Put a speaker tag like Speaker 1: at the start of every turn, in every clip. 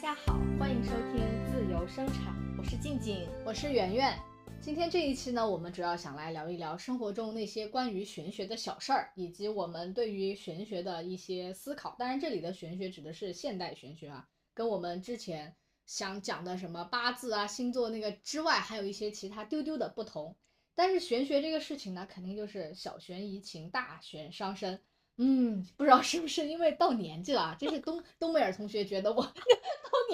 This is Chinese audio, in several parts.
Speaker 1: 家好，欢迎收听自由生产，我是静静。
Speaker 2: 我是圆圆。今天这一期呢，我们主要想来聊一聊生活中那些关于玄学的小事儿，以及我们对于玄学的一些思考。当然，这里的玄学指的是现代玄学啊，跟我们之前想讲的什么八字啊、星座那个之外，还有一些其他丢丢的不同。但是玄学这个事情呢，肯定就是小悬怡情，大悬伤身。嗯，不知道是不是因为到年纪了啊，这是东东北尔同学觉得我 到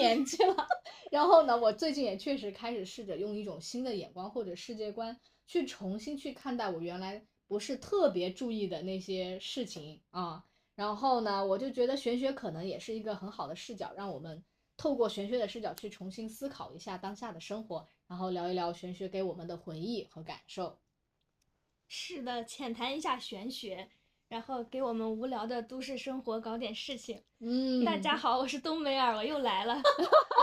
Speaker 2: 年纪了。然后呢，我最近也确实开始试着用一种新的眼光或者世界观去重新去看待我原来不是特别注意的那些事情啊。然后呢，我就觉得玄学可能也是一个很好的视角，让我们透过玄学的视角去重新思考一下当下的生活，然后聊一聊玄学给我们的回忆和感受。
Speaker 3: 是的，浅谈一下玄学，然后给我们无聊的都市生活搞点事情。
Speaker 2: 嗯，
Speaker 3: 大家好，我是冬梅尔，我又来 了。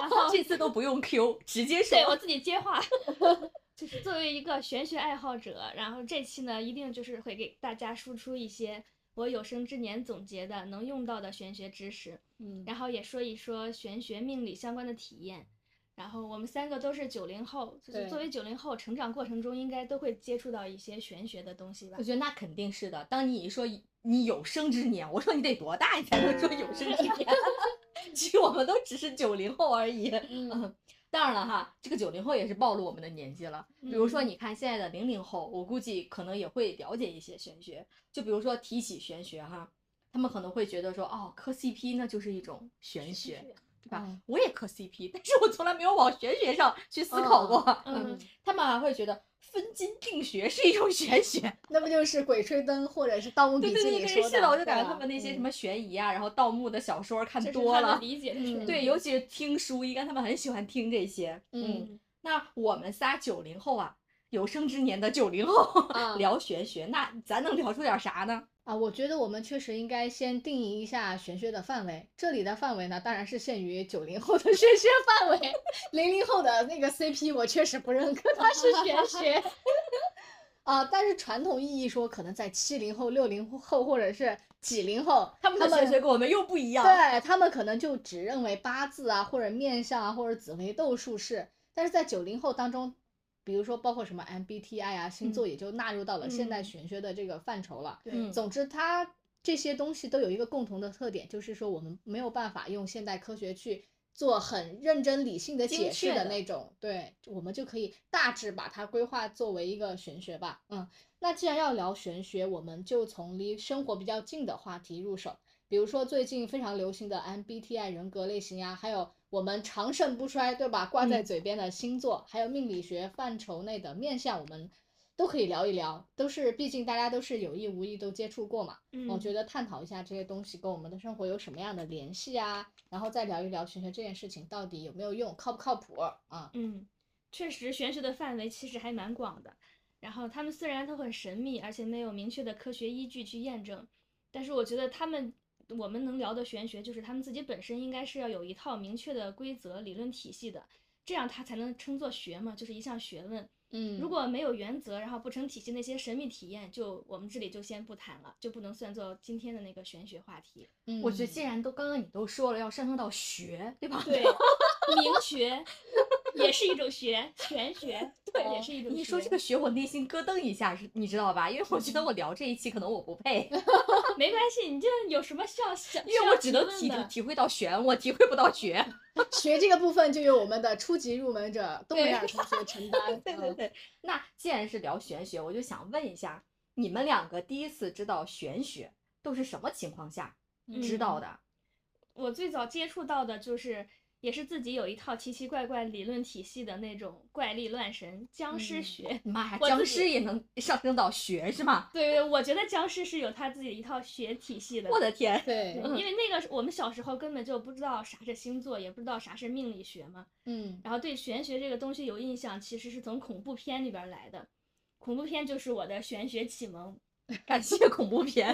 Speaker 3: 然后
Speaker 1: 这次都不用 Q，直接
Speaker 3: 对我自己接话， 就是作为一个玄学爱好者，然后这期呢，一定就是会给大家输出一些我有生之年总结的能用到的玄学知识，
Speaker 2: 嗯，
Speaker 3: 然后也说一说玄学命理相关的体验。然后我们三个都是九零后，就是
Speaker 2: 对
Speaker 3: 作为九零后成长过程中，应该都会接触到一些玄学的东西吧
Speaker 1: 我。觉得那肯定是的。当你一说你有生之年，我说你得多大你才能说有生 之年？其实我们都只是九零后而已。嗯，当然了哈，这个九零后也是暴露我们的年纪了。比如说，
Speaker 3: 嗯
Speaker 1: 你看现在的零零后，我估计可能也会了解一些玄学。就比如说提起玄学哈，他们可能会觉得说，哦，磕 CP 那就是一种玄学，对吧？
Speaker 2: 嗯
Speaker 1: 我也磕 CP，但是我从来没有往玄学上去思考过。
Speaker 3: 嗯，
Speaker 1: 他们还会觉得分金定穴是一种玄学。
Speaker 2: 那不就是《鬼吹灯》或者是《盗墓笔
Speaker 1: 对
Speaker 2: 记
Speaker 1: 对》对
Speaker 2: 里
Speaker 1: 对，
Speaker 2: 说
Speaker 1: 是的，我就感
Speaker 2: 对
Speaker 1: 觉
Speaker 2: 吧
Speaker 1: 他们那些
Speaker 2: 嗯
Speaker 1: 什么悬疑啊，然后盗墓的小说看
Speaker 3: 这是
Speaker 1: 多
Speaker 3: 他的
Speaker 1: 了，
Speaker 3: 理解的
Speaker 2: 嗯
Speaker 3: 玄
Speaker 1: 对，
Speaker 3: 学
Speaker 1: 尤其是听书，应该他们很喜欢听这些。
Speaker 2: 嗯，
Speaker 1: 那我们仨九零后啊，有生之年的九零后、
Speaker 2: 啊
Speaker 1: 聊玄学，那咱能聊出点啥呢？
Speaker 2: 啊，我觉得我们确实应该先定义一下玄学的范围。这里的范围呢，当然是限于九零后的玄学范围，零零后的那个 CP 我确实不认可它是玄学。啊，但是传统意义说，可能在七零后、六零后或者是几零后，
Speaker 1: 他们的玄学啊跟我们又不一样。
Speaker 2: 对他们可能就只认为八字啊，或者面相啊，或者紫微斗数是，但是在九零后当中，比如说包括什么 MBTI 啊，星座也就纳入到了现代
Speaker 3: 嗯
Speaker 2: 玄学的这个范畴了。
Speaker 3: 对
Speaker 1: 嗯
Speaker 2: 总之，它这些东西都有一个共同的特点，就是说我们没有办法用现代科学去做很认真理性的
Speaker 1: 精
Speaker 2: 解
Speaker 1: 确
Speaker 2: 释的
Speaker 1: 的
Speaker 2: 那种。对，我们就可以大致把它规划作为一个玄学吧。嗯，那既然要聊玄学，我们就从离生活比较近的话题入手。比如说最近非常流行的 MBTI 人格类型呀，还有我们长盛不衰，对吧？挂在
Speaker 1: 嗯
Speaker 2: 嘴边的星座，还有命理学范畴内的面相，我们都可以聊一聊。都是，毕竟大家都是有意无意都接触过嘛。
Speaker 3: 嗯，
Speaker 2: 我觉得探讨一下这些东西跟我们的生活有什么样的联系啊，然后再聊一聊玄学这件事情到底有没有用，靠不靠谱啊？
Speaker 3: 嗯，确实，玄学的范围其实还蛮广的。然后他们虽然都很神秘，而且没有明确的科学依据去验证，但是我觉得他们我们能聊的玄学，就是他们自己本身应该是要有一套明确的规则、理论体系的，这样它才能称作学嘛，就是一项学问。
Speaker 2: 嗯，
Speaker 3: 如果没有原则，然后不成体系，那些神秘体验就我们这里就先不谈了，就不能算作今天的那个玄学话题。
Speaker 2: 嗯
Speaker 1: 我觉得既然都刚刚你都说了要上升到学，对吧？
Speaker 3: 对，明学也是一种学，玄学对也是一种学。
Speaker 1: 你说这个学，我内心咯噔一下，是你知道吧？因为我觉得我聊这一期可能我不配，
Speaker 3: 没关系，你这有什么需要想？
Speaker 1: 因为我只能体
Speaker 3: 的。
Speaker 1: 体会到玄，我体会不到学。
Speaker 2: 学这个部分就由我们的初级入门者东北
Speaker 3: 对
Speaker 2: 尔同学承担。
Speaker 1: 对对
Speaker 2: 嗯
Speaker 1: 对。那既然是聊玄学，我就想问一下，你们两个第一次知道玄学都是什么情况下知道的？
Speaker 3: 嗯我最早接触到的就是，也是自己有一套奇奇怪怪理论体系的那种怪力乱神僵尸
Speaker 2: 嗯
Speaker 3: 学。
Speaker 1: 你妈呀，
Speaker 3: 我
Speaker 1: 僵
Speaker 3: 自己
Speaker 1: 尸也能 上升到学是吗？
Speaker 3: 对对，我觉得僵尸是有他自己一套学体系的。
Speaker 1: 我的嗯天！
Speaker 2: 对，
Speaker 3: 因为那个是我们小时候根本就不知道啥是星座，也不知道啥是命理学嘛。
Speaker 2: 嗯
Speaker 3: 然后对玄学这个东西有印象，其实是从恐怖片里边来的。恐怖片就是我的玄学启蒙。
Speaker 1: 感谢恐怖 片，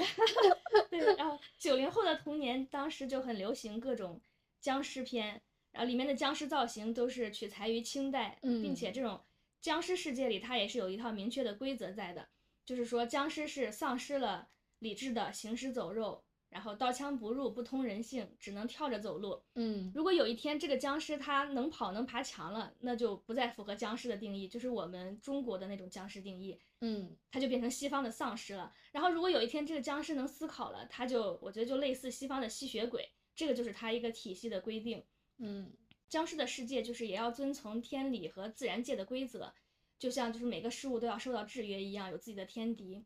Speaker 3: 对，然后九零后的童年，当时就很流行各种僵尸片，然后里面的僵尸造型都是取材于清代，并且
Speaker 2: 嗯
Speaker 3: 这种僵尸世界里，它也是有一套明确的规则在的，就是说僵尸是丧失了理智的行尸走肉，然后刀枪不入，不通人性，只能跳着走路。
Speaker 2: 嗯
Speaker 3: 如果有一天这个僵尸它能跑能爬墙了，那就不再符合僵尸的定义，就是我们中国的那种僵尸定义，
Speaker 2: 嗯
Speaker 3: 它就变成西方的丧尸了。然后如果有一天这个僵尸能思考了，它就我觉得就类似西方的吸血鬼，这个就是它一个体系的规定。
Speaker 2: 嗯
Speaker 3: 僵尸的世界就是也要遵从天理和自然界的规则，就像就是每个事物都要受到制约一样，有自己的天敌。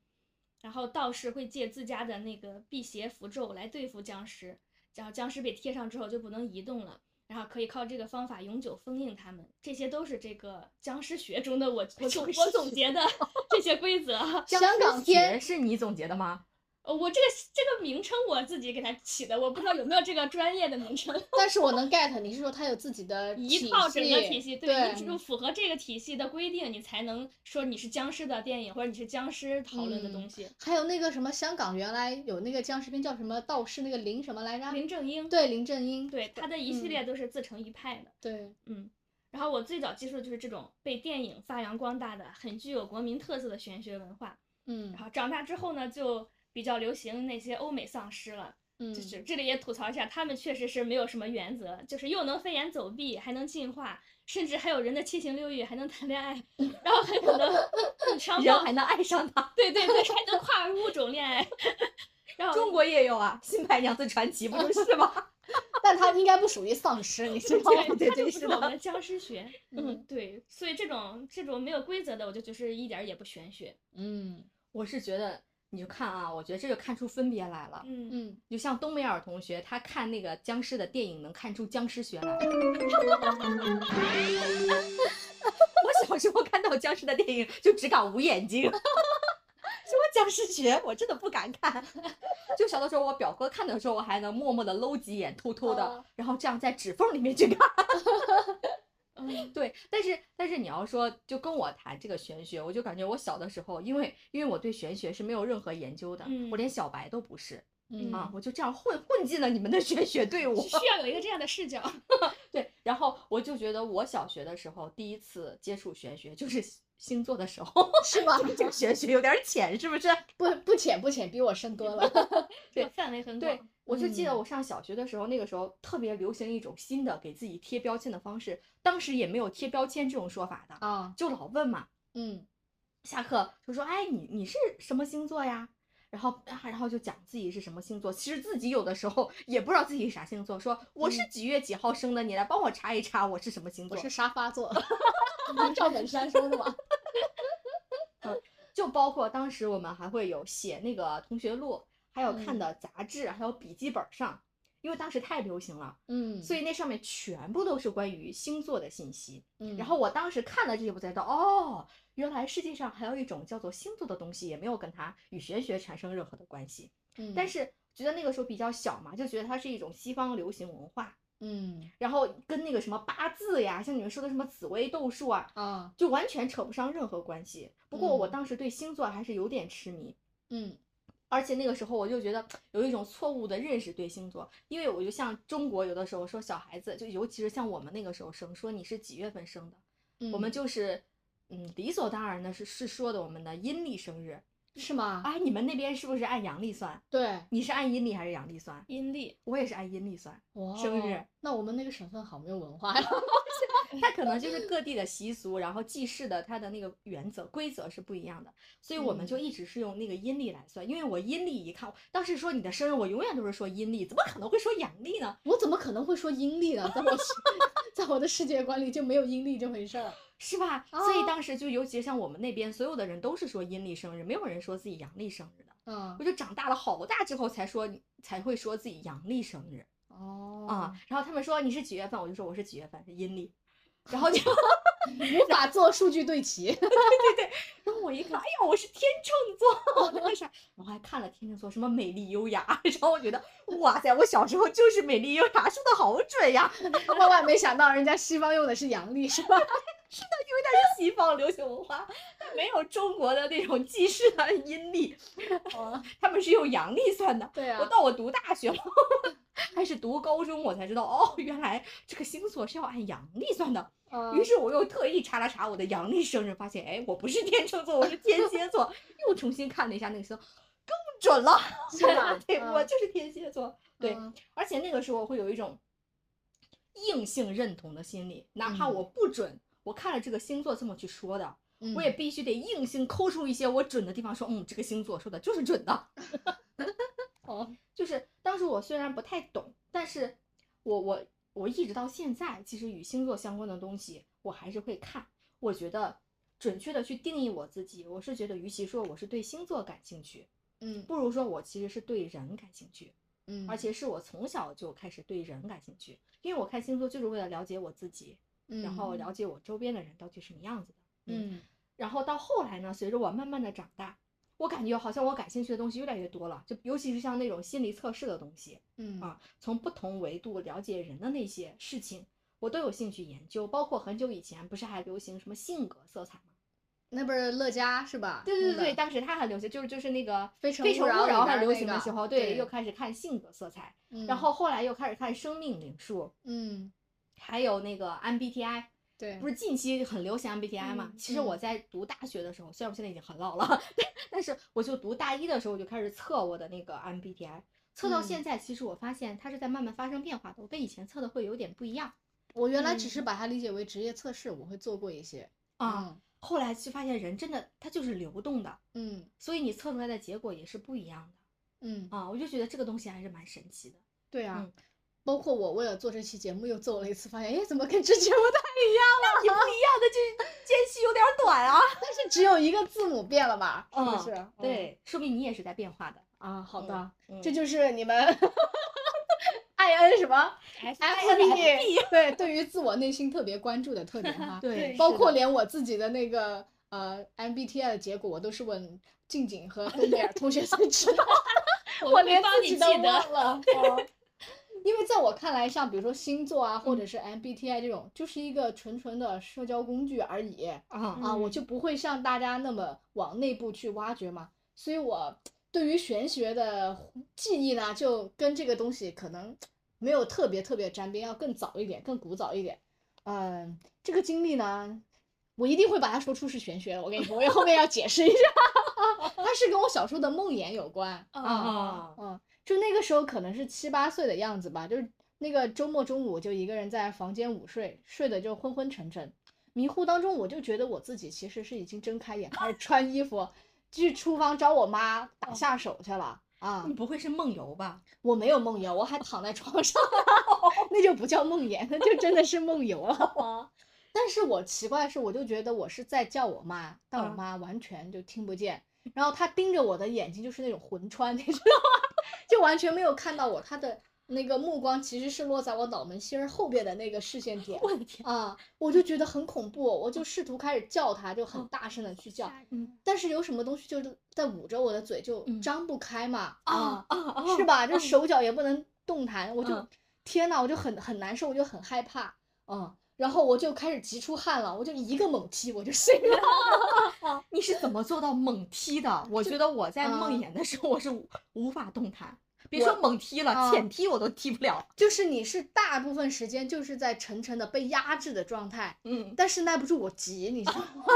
Speaker 3: 然后道士会借自家的那个辟邪符咒来对付僵尸，然后僵尸被贴上之后就不能移动了，然后可以靠这个方法永久封印他们。这些都是这个僵尸学中的我我总我总结的这些规则。
Speaker 2: 香港片
Speaker 1: 僵尸学是你总结的吗？
Speaker 3: 呃，我这个这个名称我自己给它起的，我不知道有没有这个专业的名称。
Speaker 2: 但是我能 get，你是说它有自己的
Speaker 3: 一套整个体系，
Speaker 2: 系，
Speaker 3: 你只有符合这个体系的规定，你才能说你是僵尸的电影或者你是僵尸讨论的东西。
Speaker 2: 还有那个什么香港原来有那个僵尸片叫什么道士那个林什么来着？
Speaker 3: 林正英，
Speaker 2: 对林正英，
Speaker 3: 对他的一系列都是自成一派的，
Speaker 2: 对，
Speaker 3: 嗯。然后我最早接触的就是这种被电影发扬光大的、很具有国民特色的玄学文化。
Speaker 2: 嗯
Speaker 3: 然后长大之后呢，就比较流行那些欧美丧尸了。
Speaker 2: 嗯，
Speaker 3: 就是这里也吐槽一下，他们确实是没有什么原则，就是又能飞檐走壁，还能进化，甚至还有人的七情六欲，还能谈恋爱， 然后还可能更强
Speaker 1: 人
Speaker 3: 暴，
Speaker 1: 还能爱上他？
Speaker 3: 对对对，还能跨物种恋爱。 然后
Speaker 1: 中国也有啊，《新白娘子传奇》不就是吗？
Speaker 2: 但它应该不属于丧尸，你知道吗？
Speaker 1: 对对
Speaker 3: 它就不
Speaker 1: 对
Speaker 3: 是
Speaker 1: 是
Speaker 3: 我
Speaker 1: 的
Speaker 3: 们的僵尸学。嗯
Speaker 2: 嗯，
Speaker 3: 对，所以这种这种没有规则的，我就就是一点儿也不玄学。
Speaker 2: 嗯
Speaker 1: 我是觉得，你就看啊，我觉得这就看出分别来了。
Speaker 3: 嗯，
Speaker 2: 嗯，
Speaker 1: 就像冬梅尔同学，他看那个僵尸的电影，能看出僵尸学来。 我小时候看到僵尸的电影，就只敢捂眼睛。什 么僵尸学，我真的不敢看。 就小的时候，我表哥看的时候，我还能默默的搂几眼，偷偷的
Speaker 2: 哦，
Speaker 1: 然后这样在指缝里面去看。
Speaker 3: 嗯
Speaker 1: 对，但是但是你要说就跟我谈这个玄学，我就感觉我小的时候，因为因为我对玄学是没有任何研究的，
Speaker 3: 嗯
Speaker 1: 我连小白都不是、
Speaker 2: 嗯
Speaker 1: 啊，我就这样混混进了你们的玄学队伍。
Speaker 3: 需要有一个这样的视角。
Speaker 1: 对，然后我就觉得我小学的时候第一次接触玄学就是星座的时候，
Speaker 2: 是吗？
Speaker 1: 这个玄学有点浅，是不是？
Speaker 2: 不不浅不浅，比我深多 了。
Speaker 1: 对
Speaker 3: 这个范围很
Speaker 1: 对
Speaker 3: 广。，
Speaker 1: 我就记得
Speaker 2: 嗯
Speaker 1: 我上小学的时候，那个时候特别流行一种新的给自己贴标签的方式，当时也没有贴标签这种说法的，
Speaker 2: 啊，
Speaker 1: 就老问嘛，
Speaker 2: 嗯
Speaker 1: 下课就说：“哎，你你是什么星座呀？”然后啊，然后就讲自己是什么星座，其实自己有的时候也不知道自己是啥星座，说我是几月几号生的，你来帮我查一查我是什么星
Speaker 2: 我
Speaker 1: 座。
Speaker 2: 是沙发座， 赵本山说的嘛。
Speaker 1: 就包括当时我们还会有写那个同学录，还有看
Speaker 2: 嗯
Speaker 1: 的杂志，还有笔记本上，因为当时太流行了，
Speaker 2: 嗯，
Speaker 1: 所以那上面全部都是关于星座的信息。
Speaker 2: 以
Speaker 1: 然后我当时看了这些，我才知道哦，原来世界上还有一种叫做星座的东西，也没有跟它与玄学产生任何的关系。
Speaker 2: 嗯
Speaker 1: 但是觉得那个时候比较小嘛，就觉得它是一种西方流行文化，
Speaker 2: 嗯
Speaker 1: 然后跟那个什么八字呀，像你们说的什么紫微斗数啊，
Speaker 2: 啊
Speaker 1: 就完全扯不上任何关系。不过我
Speaker 2: 嗯
Speaker 1: 当时对星座还是有点痴迷，
Speaker 2: 嗯
Speaker 1: 而且那个时候我就觉得有一种错误的认识对星座，因为我就像中国有的时候说小孩子，就尤其是像我们那个时候生，说你是几月份生的，
Speaker 2: 嗯，
Speaker 1: 我们就是。嗯，理所当然的是是说的我们的阴历生日，
Speaker 2: 是吗？
Speaker 1: 哎，你们那边是不是按阳历算？
Speaker 2: 对，
Speaker 1: 你是按阴历还是阳历算？
Speaker 3: 阴历，
Speaker 1: 我也是按阴历算，
Speaker 2: 哇
Speaker 1: 生日。
Speaker 2: 那我们那个省份好没有文化呀。
Speaker 1: 它可能就是各地的习俗，然后记事的它的那个原则规则是不一样的，所以我们就一直是用那个阴历来算。因为我阴历一看，当时说你的生日，我永远都是说阴历，怎么可能会说阳历呢？
Speaker 2: 我怎么可能会说阴历呢？在我世 在我的世界观里就没有阴历这回事儿。
Speaker 1: 是吧？所以
Speaker 2: 哦
Speaker 1: 当时就尤其是像我们那边，所有的人都是说阴历生日，没有人说自己阳历生日的。
Speaker 2: 嗯
Speaker 1: 我就长大了好大之后才说才会说自己阳历生日
Speaker 2: 哦
Speaker 1: 啊、，然后他们说你是几月份，我就说我是几月份，是阴历。然后就，
Speaker 2: 无法做数据对 齐。
Speaker 1: 然后我一看，哎呀，我是天秤座，我那个啥， 我还看了天秤座什么美丽优雅，然后我觉得，哇塞，我小时候就是美丽优雅，说的好准呀，
Speaker 2: 万万没想到，人家西方用的是阳历，是吧？
Speaker 1: 西方流行文化没有中国的那种记事的阴历， 他们是用阳历算的。
Speaker 2: 对
Speaker 1: 我
Speaker 2: 啊，
Speaker 1: 到我读大学了，还是读高中，我才知道哦，原来这个星座是要按阳历算的。
Speaker 2: 嗯
Speaker 1: 于是我又特意查了查我的 阳历生日，发现哎，我不是天秤座，我是天蝎座。又重新看了一下那个星，更准了，
Speaker 2: 是吧
Speaker 1: 对，
Speaker 2: 嗯
Speaker 1: 我就是天蝎座。对，
Speaker 2: 嗯
Speaker 1: 而且那个时候会有一种硬性认同的心理，哪怕
Speaker 2: 嗯
Speaker 1: 我不准，我看了这个星座这么去说的，我也
Speaker 2: 嗯
Speaker 1: 必须得硬性抠出一些我准的地方，说，嗯，这个星座说的就是准的。
Speaker 2: 哦，
Speaker 1: 就是当时我虽然不太懂，但是我我我一直到现在，其实与星座相关的东西我还是会看。我觉得准确的去定义我自己，我是觉得，与其说我是对星座感兴趣，
Speaker 2: 嗯
Speaker 1: 不如说我其实是对人感兴趣，
Speaker 2: 嗯，
Speaker 1: 而且是我从小就开始对人感兴趣，因为我看星座就是为了了解我自己，然后
Speaker 2: 嗯
Speaker 1: 了解我周边的人到底什么样子的。
Speaker 2: 嗯
Speaker 1: 然后到后来呢，随着我慢慢的长大，我感觉好像我感兴趣的东西越来越多了，就尤其是像那种心理测试的东西，
Speaker 2: 嗯
Speaker 1: 啊，从不同维度了解人的那些事情，我都有兴趣研究。包括很久以前不是还流行什么性格色彩吗？
Speaker 2: 那不是乐嘉是吧？
Speaker 1: 对对
Speaker 2: 那个
Speaker 1: 对对，，当时它很流行，就是就是那个
Speaker 2: 非
Speaker 1: 《
Speaker 2: 诚
Speaker 1: 非
Speaker 2: 勿
Speaker 1: 诚勿
Speaker 2: 扰里
Speaker 1: 扰》
Speaker 2: 边
Speaker 1: 很
Speaker 2: 儿
Speaker 1: 流
Speaker 2: 那
Speaker 1: 行的
Speaker 2: 个
Speaker 1: 时候，
Speaker 2: 对
Speaker 1: 又开始看性格色彩，
Speaker 2: 嗯
Speaker 1: 然后后来又开始看生命灵数，
Speaker 2: 嗯，
Speaker 1: 还有那个 MBTI。
Speaker 2: 对，
Speaker 1: 不是近期很流行 MBTI 嘛？
Speaker 3: 嗯
Speaker 1: 其实我
Speaker 2: 嗯
Speaker 1: 在读大学的时候，虽然我现在已经很老了，但是我就读大一的时候我就开始测我的那个 MBTI，测到现
Speaker 2: 嗯
Speaker 1: 在，其实我发现它是在慢慢发生变化的，我跟以前测的会有点不一样
Speaker 2: 我原来只是
Speaker 3: 嗯
Speaker 2: 把它理解为职业测试，我会做过一些。
Speaker 1: 啊。后来就发现人真的他就是流动的，
Speaker 2: 嗯
Speaker 1: 所以你测出来的结果也是不一样
Speaker 2: 嗯
Speaker 1: 的，啊。我就觉得这个东西还是蛮神奇的。
Speaker 2: 对啊
Speaker 1: 嗯，
Speaker 2: 包括我为了做这期节目又做了一次，发现哎，怎么跟之前不太？
Speaker 1: 那你不一样的就是间隙有点短啊。
Speaker 2: 但是只有一个字母变了吧？是不
Speaker 1: 嗯
Speaker 2: 是？嗯
Speaker 1: 对，说明你也是在变化的。
Speaker 2: 啊，好
Speaker 1: 嗯
Speaker 2: 的，
Speaker 1: 嗯。
Speaker 2: 这就是你们 I N 什么 F B 对对于自我内心特别关注的特点哈
Speaker 1: 对
Speaker 3: 对，
Speaker 2: 包
Speaker 1: 是
Speaker 2: 括
Speaker 1: 的
Speaker 2: 连我自己的那个呃 MBTI 的结果，我都是问静静和欧美尔同学才知道，
Speaker 3: 我
Speaker 2: 我
Speaker 3: 会
Speaker 2: 连
Speaker 3: 帮
Speaker 2: 自
Speaker 3: 你
Speaker 2: 己
Speaker 3: 记
Speaker 2: 都忘
Speaker 3: 得。
Speaker 2: 了。哦因为在我看来，像比如说星座啊，或者是 MBTI 这种，就是一个纯纯的社交工具而已
Speaker 1: 啊
Speaker 2: 啊，我
Speaker 3: 嗯
Speaker 2: 就不会像大家那么往内部去挖掘嘛。所以我对于玄学的记忆呢，就跟这个东西可能没有特别特别沾边，要更早一点，更古早一点。嗯，这个经历呢，我一定会把它说出是玄学的。我跟你说，我也后面要解释一下， 它是跟我小时候的梦魇有关
Speaker 3: 哦
Speaker 2: 啊。
Speaker 1: 啊
Speaker 2: 嗯，就那个时候可能是七八岁的样子吧，就是那个周末中午就一个人在房间午睡，睡得就昏昏沉沉，迷糊当中我就觉得我自己其实是已经睁开眼开始穿衣服，去厨房找我妈打下手去了。啊
Speaker 1: 你，不会是梦 游吧？
Speaker 2: 我没有梦游，我还躺在床上， 那就不叫梦魇，那就真的是梦游了。 但是我奇怪的是，我就觉得我是在叫我妈，但我
Speaker 1: 嗯
Speaker 2: 妈完全就听不见，然后她盯着我的眼睛就是那种魂穿， 你知道吗？就完全没有看到我，她的那个目光其实是落在我脑门心儿后边的那个视线点
Speaker 1: 我的天！
Speaker 2: 啊，我就觉得很恐怖，我就试图开始叫她，就很
Speaker 1: 嗯
Speaker 2: 大声的去叫，
Speaker 3: 嗯，
Speaker 2: 但是有什么东西就是在捂着我的嘴，就
Speaker 1: 嗯
Speaker 2: 张不开嘛，
Speaker 1: 啊啊啊！
Speaker 2: 是吧？就手脚也不能动弹，我就、
Speaker 1: 嗯
Speaker 2: 天呐，我就很很难受，我就很害怕，嗯，然后我就开始急出汗了，我就一个猛踢我就醒了，
Speaker 1: 啊你是怎么做到猛踢的？我觉得我在
Speaker 2: 嗯
Speaker 1: 梦魇的时候，我是无无法动弹，别
Speaker 2: 我
Speaker 1: 说猛踢了，
Speaker 2: 嗯
Speaker 1: 浅踢我都踢不了。
Speaker 2: 就是你是大部分时间就是在沉沉的被压制的状态，
Speaker 1: 嗯，
Speaker 2: 但是耐不住我急，你知道吗？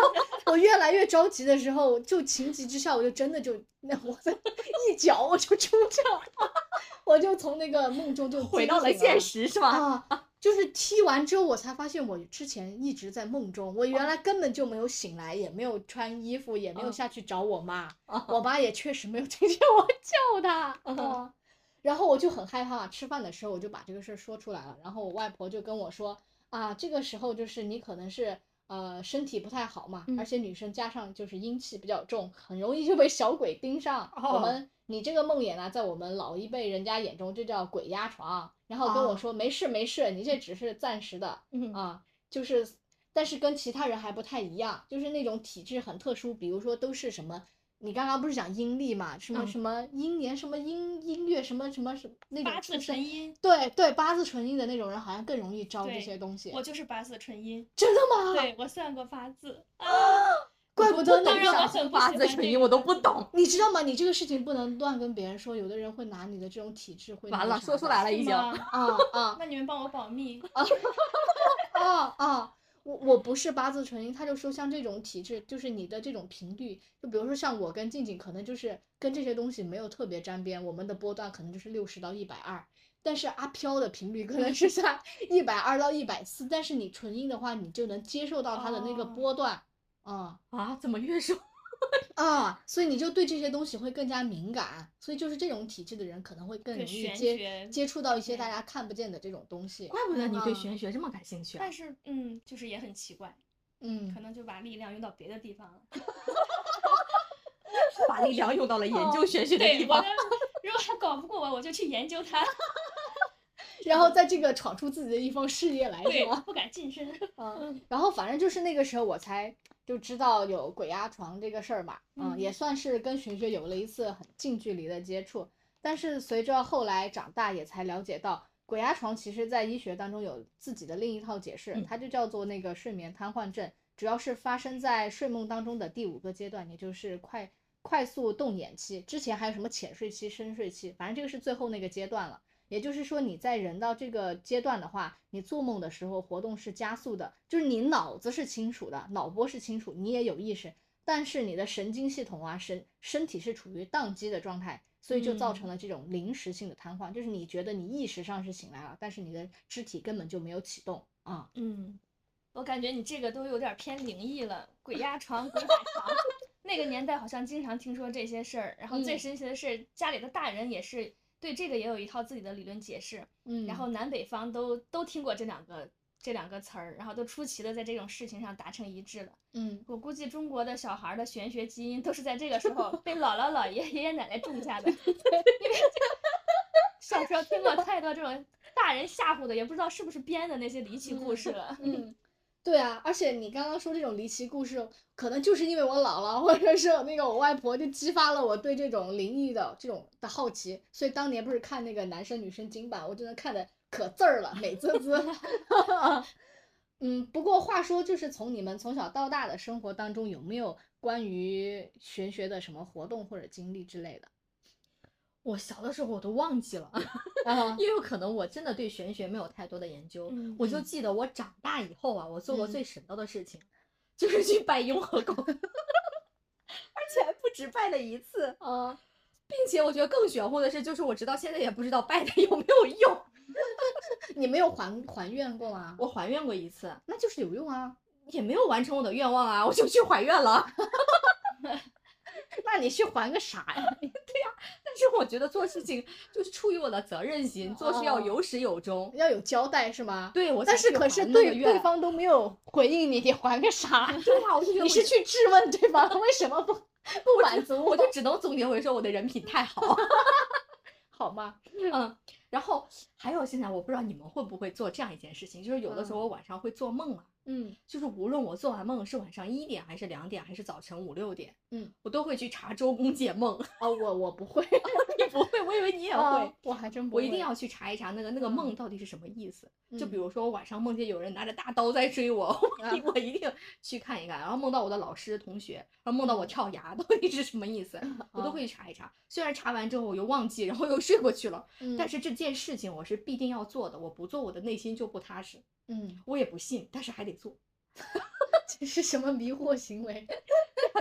Speaker 2: 我越来越着急的时候，就情急之下，我就真的就那我在 一脚我就出去了， 我就从那个梦中就
Speaker 1: 回
Speaker 2: 惊
Speaker 1: 到了
Speaker 2: 醒
Speaker 1: 现实是吧？
Speaker 2: 啊，就是踢完之后，我才发现我之前一直在梦中，我
Speaker 1: 哦
Speaker 2: 原来根本就没有醒来，也没有穿衣服，也没有
Speaker 1: 嗯
Speaker 2: 下去找我妈，
Speaker 1: 啊
Speaker 2: 我妈也确实没有听见我叫她。
Speaker 1: 哦
Speaker 2: 啊然后我就很害怕，吃饭的时候我就把这个事儿说出来了，然后我外婆就跟我说啊，这个时候就是你可能是。呃，身体不太好嘛，而
Speaker 1: 嗯
Speaker 2: 且女生加上就是阴气比较重，很容易就被小鬼盯上。我
Speaker 1: 哦
Speaker 2: 们你这个梦魇呢，在我们老一辈人家眼中就叫鬼压床，然后跟我
Speaker 1: 哦
Speaker 2: 说没事没事，你这只是暂时的
Speaker 1: 嗯
Speaker 2: 啊，就是，但是跟其他人还不太一样，就是那种体质很特殊，比如说都是什么。你刚刚不是讲阴历嘛？什么
Speaker 1: 嗯
Speaker 2: 什么阴年，什么阴阴月，什么什么什么那种
Speaker 3: 八字
Speaker 2: 出
Speaker 3: 纯
Speaker 2: 生，
Speaker 3: 阴，
Speaker 2: 对对，八字纯阴的那种人好像更容易招这
Speaker 3: 对
Speaker 2: 些东西。
Speaker 3: 我就是八字纯阴。
Speaker 2: 真的吗？
Speaker 3: 对我算过八字，
Speaker 2: 怪不得
Speaker 1: 当
Speaker 2: 你
Speaker 3: 然我
Speaker 2: 上
Speaker 3: 很不
Speaker 1: 八
Speaker 3: 喜
Speaker 1: 字
Speaker 3: 欢
Speaker 1: 纯
Speaker 3: 这
Speaker 1: 阴
Speaker 3: 个
Speaker 1: 我都不懂。
Speaker 2: 你知道吗？你这个事情不能乱跟别人说，有的人会拿你的这种体质会
Speaker 1: 完
Speaker 2: 那
Speaker 1: 了，
Speaker 2: 啥
Speaker 1: 说出
Speaker 2: 的啊
Speaker 1: 来了已
Speaker 3: 是
Speaker 1: 经。
Speaker 3: 吗？
Speaker 2: 啊啊
Speaker 3: 那你们帮我保密。
Speaker 2: 啊啊！我我不是八字纯阴，他就说像这种体质，就是你的这种频率，就比如说像我跟静静，可能就是跟这些东西没有特别沾边，我们的波段可能就是六十到一百二，但是阿飘的频率可能是 在一百二到一百四，但是你纯阴的话，你就能接受到他的那个
Speaker 3: 哦
Speaker 2: 波段，嗯。
Speaker 1: 啊，怎么越说
Speaker 2: 啊，所以你就对这些东西会更加敏感，所以就是这种体质的人可能会更容
Speaker 3: 更
Speaker 2: 易
Speaker 3: 玄
Speaker 2: 接
Speaker 3: 学
Speaker 2: 接触到一些
Speaker 3: 对
Speaker 2: 大家看不见的这种东西
Speaker 1: 怪。不得你对
Speaker 2: 嗯
Speaker 1: 玄学这么感兴趣啊
Speaker 3: 但！是嗯，就是也很奇怪，
Speaker 2: 嗯
Speaker 3: 可，能就把力量用到别的地方了。
Speaker 1: 把力量用到了研究玄学的
Speaker 3: 对，
Speaker 1: 地
Speaker 3: 我
Speaker 1: 方
Speaker 3: 的。如果他搞不过我，我就去研 究他。
Speaker 2: 然后在这个闯出自己的一方事业来，是
Speaker 3: 对，
Speaker 2: 吧？
Speaker 3: 不敢 近身。
Speaker 2: 嗯，然后反正就是那个时候我才就知道有鬼压床这个事儿嘛，嗯，
Speaker 3: 嗯
Speaker 2: 也算是跟玄学有了一次很近距离的接触。但是随着后来长大，也才了解到鬼压床其实在医学当中有自己的另一套解释
Speaker 1: 嗯，
Speaker 2: 它就叫做那个睡眠瘫痪症，主要是发生在睡梦当中的第五个阶段，也就是快快速动眼期，之前还有什么浅睡期、深睡期，反正这个是最后那个阶段了。也就是说，你在人到这个阶段的话，你做梦的时候活动是加速的，就是你脑子是清楚的，脑波是清楚，你也有意识，但是你的神经系统啊，神身体是处于宕机的状态，所以就造成了这种临时性的瘫痪，就是你觉得你意识上是醒来了，但是你的肢体根本就没有启动啊、
Speaker 3: 嗯，我感觉你这个都有点儿偏灵异了，鬼压床、鬼踩床。 那个年代好像经常听说这些事儿，然后最
Speaker 2: 嗯
Speaker 3: 神奇的是，家里的大人也是对这个也有一套自己的理论解释，
Speaker 2: 嗯
Speaker 3: 然后南北方都都听过这两个这两个词儿，然后都出奇的在这种事情上达成一致了。
Speaker 2: 嗯，
Speaker 3: 我估计中国的小孩儿的玄学基因都是在这个时候被姥姥姥爷爷 爷奶奶种下 的，因为小时候听过太多这种大人吓唬的，也不知道是不是编的那些离奇故事了。
Speaker 2: 嗯，对啊，而且你刚刚说这种离奇故事，可能就是因为我姥姥或者是我那个我外婆，就激发了我对这种灵异的这种的好奇。所以当年不是看那个男生女生金版，我真的看的可字儿了，美滋滋。嗯，不过话说，就是从你们从小到大的生活当中，有没有关于玄学的什么活动或者经历之类的？
Speaker 1: 我小的时候我都忘记了，
Speaker 2: 啊，
Speaker 1: 因为可能我真的对玄学没有太多的研究。
Speaker 3: 嗯
Speaker 1: 我就
Speaker 2: 嗯
Speaker 1: 记得我长大以后啊，我做过
Speaker 2: 嗯
Speaker 1: 最神叨的事情，就是去拜雍和宫， 而且还不止拜了一次。
Speaker 3: 哦
Speaker 2: 啊，
Speaker 1: 并且我觉得更玄乎的是，就是我直到现在也不知道拜的 有没有用。
Speaker 2: 你没有还还愿过吗？
Speaker 1: 我还愿过一次，
Speaker 2: 那就是有用啊。
Speaker 1: 也没有完成我的愿望啊，我就去还愿了。
Speaker 2: 那你去还个啥呀？
Speaker 1: 但是我觉得做事情就是出于我的责任心，做事要
Speaker 2: 哦
Speaker 1: 有始有终。
Speaker 2: 要有交代是吗？
Speaker 1: 对，我
Speaker 2: 但
Speaker 1: 才
Speaker 2: 是
Speaker 1: 去
Speaker 2: 可是
Speaker 1: 还那个
Speaker 2: 对对
Speaker 1: 愿
Speaker 2: 方都没有回应你，你还个啥？
Speaker 1: 对吧？我 就觉得
Speaker 2: 你
Speaker 1: 我
Speaker 2: 是去质问对方为什么不不满足
Speaker 1: 我
Speaker 2: 我？
Speaker 1: 就只能总结为说我的人品 太好。
Speaker 2: 好吗？
Speaker 1: 嗯，然后还有现在我不知道你们会不会做这样一件事情，就是有的时候我晚上会做梦啊，
Speaker 2: 嗯
Speaker 1: 就是无论我做完梦是晚上一点还是两点还是早晨五六点，
Speaker 2: 嗯，
Speaker 1: 我都会去查周公解梦。
Speaker 2: 哦，我我不会，
Speaker 1: 你不会，我以为你也会
Speaker 2: 啊。我还真不
Speaker 1: 我
Speaker 2: 会，
Speaker 1: 一定要去查一查那个那个梦
Speaker 2: 嗯
Speaker 1: 到底是什么意思。就
Speaker 2: 嗯
Speaker 1: 比如说，我晚上梦见有人拿着大刀在追我， 我一
Speaker 2: 啊
Speaker 1: 我一定去看一看。然后梦到我的老师、同学，然后梦到我
Speaker 2: 嗯
Speaker 1: 跳崖， 到底是什么意 思？我都
Speaker 2: 啊
Speaker 1: 会去查一查。虽然查完之后我又忘记，然后又睡过去了，
Speaker 2: 嗯，
Speaker 1: 但是这件事情我是必定要做的。我不做，我的内心就不踏实。
Speaker 2: 嗯，
Speaker 1: 我也不信，但是还得做。
Speaker 2: 这是什么迷惑行为？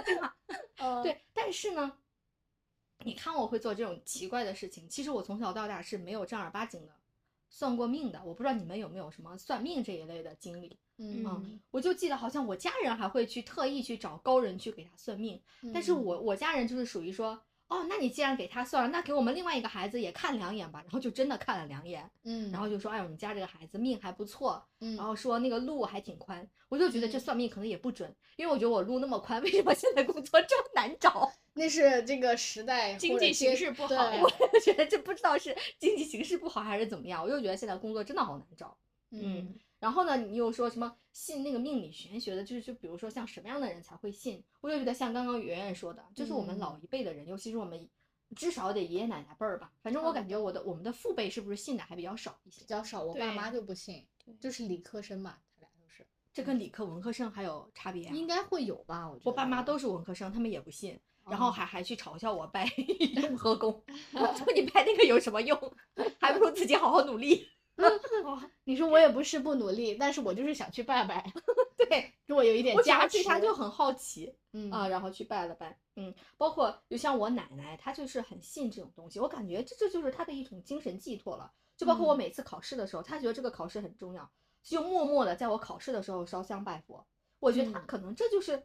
Speaker 2: 对吧？
Speaker 1: 对，但是呢，你看我会做这种奇怪的事情，其实我从小到大是没有正儿八经的算过命的。我不知道你们有没有什么算命这一类的经历。
Speaker 2: 嗯嗯
Speaker 3: 嗯，
Speaker 1: 我就记得好像我家人还会去特意去找高人去给他算命，但是
Speaker 2: 嗯
Speaker 1: 我我家人就是属于说，哦，那你既然给他算了，那给我们另外一个孩子也看两眼吧，然后就真的看了两眼，
Speaker 2: 嗯，
Speaker 1: 然后就说，哎呦，你家这个孩子命还不错，
Speaker 2: 嗯
Speaker 1: 然后说那个路还挺宽，我就觉得这
Speaker 2: 嗯
Speaker 1: 算命可能也不准，因为我觉得我路那么宽，为什么现在工作这么难找？
Speaker 2: 那是这个时代
Speaker 3: 经
Speaker 2: 或者
Speaker 3: 济形
Speaker 2: 接
Speaker 3: 势不
Speaker 2: 对
Speaker 3: 好呀
Speaker 1: 我就觉得这不知道是经济形势不好还是怎么样，我就觉得现在工作真的好难找。
Speaker 2: 嗯
Speaker 1: 然后呢，你又说什么信那个命理玄学的，就是就比如说像什么样的人才会信？我就觉得像刚刚圆圆说的，就是我们老一辈的人，尤其是我们至少得爷爷奶奶辈儿吧。反正我感觉我的我们的父辈是不是信的还比较少一些
Speaker 2: 比？较少，我爸
Speaker 3: 对
Speaker 2: 妈就不信，就是理科生嘛，他俩都是，
Speaker 1: 这跟理科文科生还有差别、啊。
Speaker 2: 应该会有吧？我觉得
Speaker 1: 我爸妈都是文科生，他们也不信，然后
Speaker 2: 哦
Speaker 1: 还还去嘲笑我 拜雍和宫，我说你拜那个有什么用？还不如自己好好努力。
Speaker 3: 哦，
Speaker 2: 你说我也不是不努力，但是我就是想去拜拜，
Speaker 1: 对，
Speaker 2: 给我有一点
Speaker 1: 我讲
Speaker 2: 加
Speaker 1: 到
Speaker 2: 持
Speaker 1: 这。他就很好奇，
Speaker 2: 嗯
Speaker 1: 啊，，然后去拜了拜。嗯，包括就像我奶奶，她就是很信这种东西，我感觉这这就是她的一种精神寄托了。就包括我
Speaker 2: 嗯
Speaker 1: 每次考试的时候，她觉得这个考试很重要，就默默的在我考试的时候烧香拜佛。我觉得她
Speaker 2: 嗯
Speaker 1: 可能这就是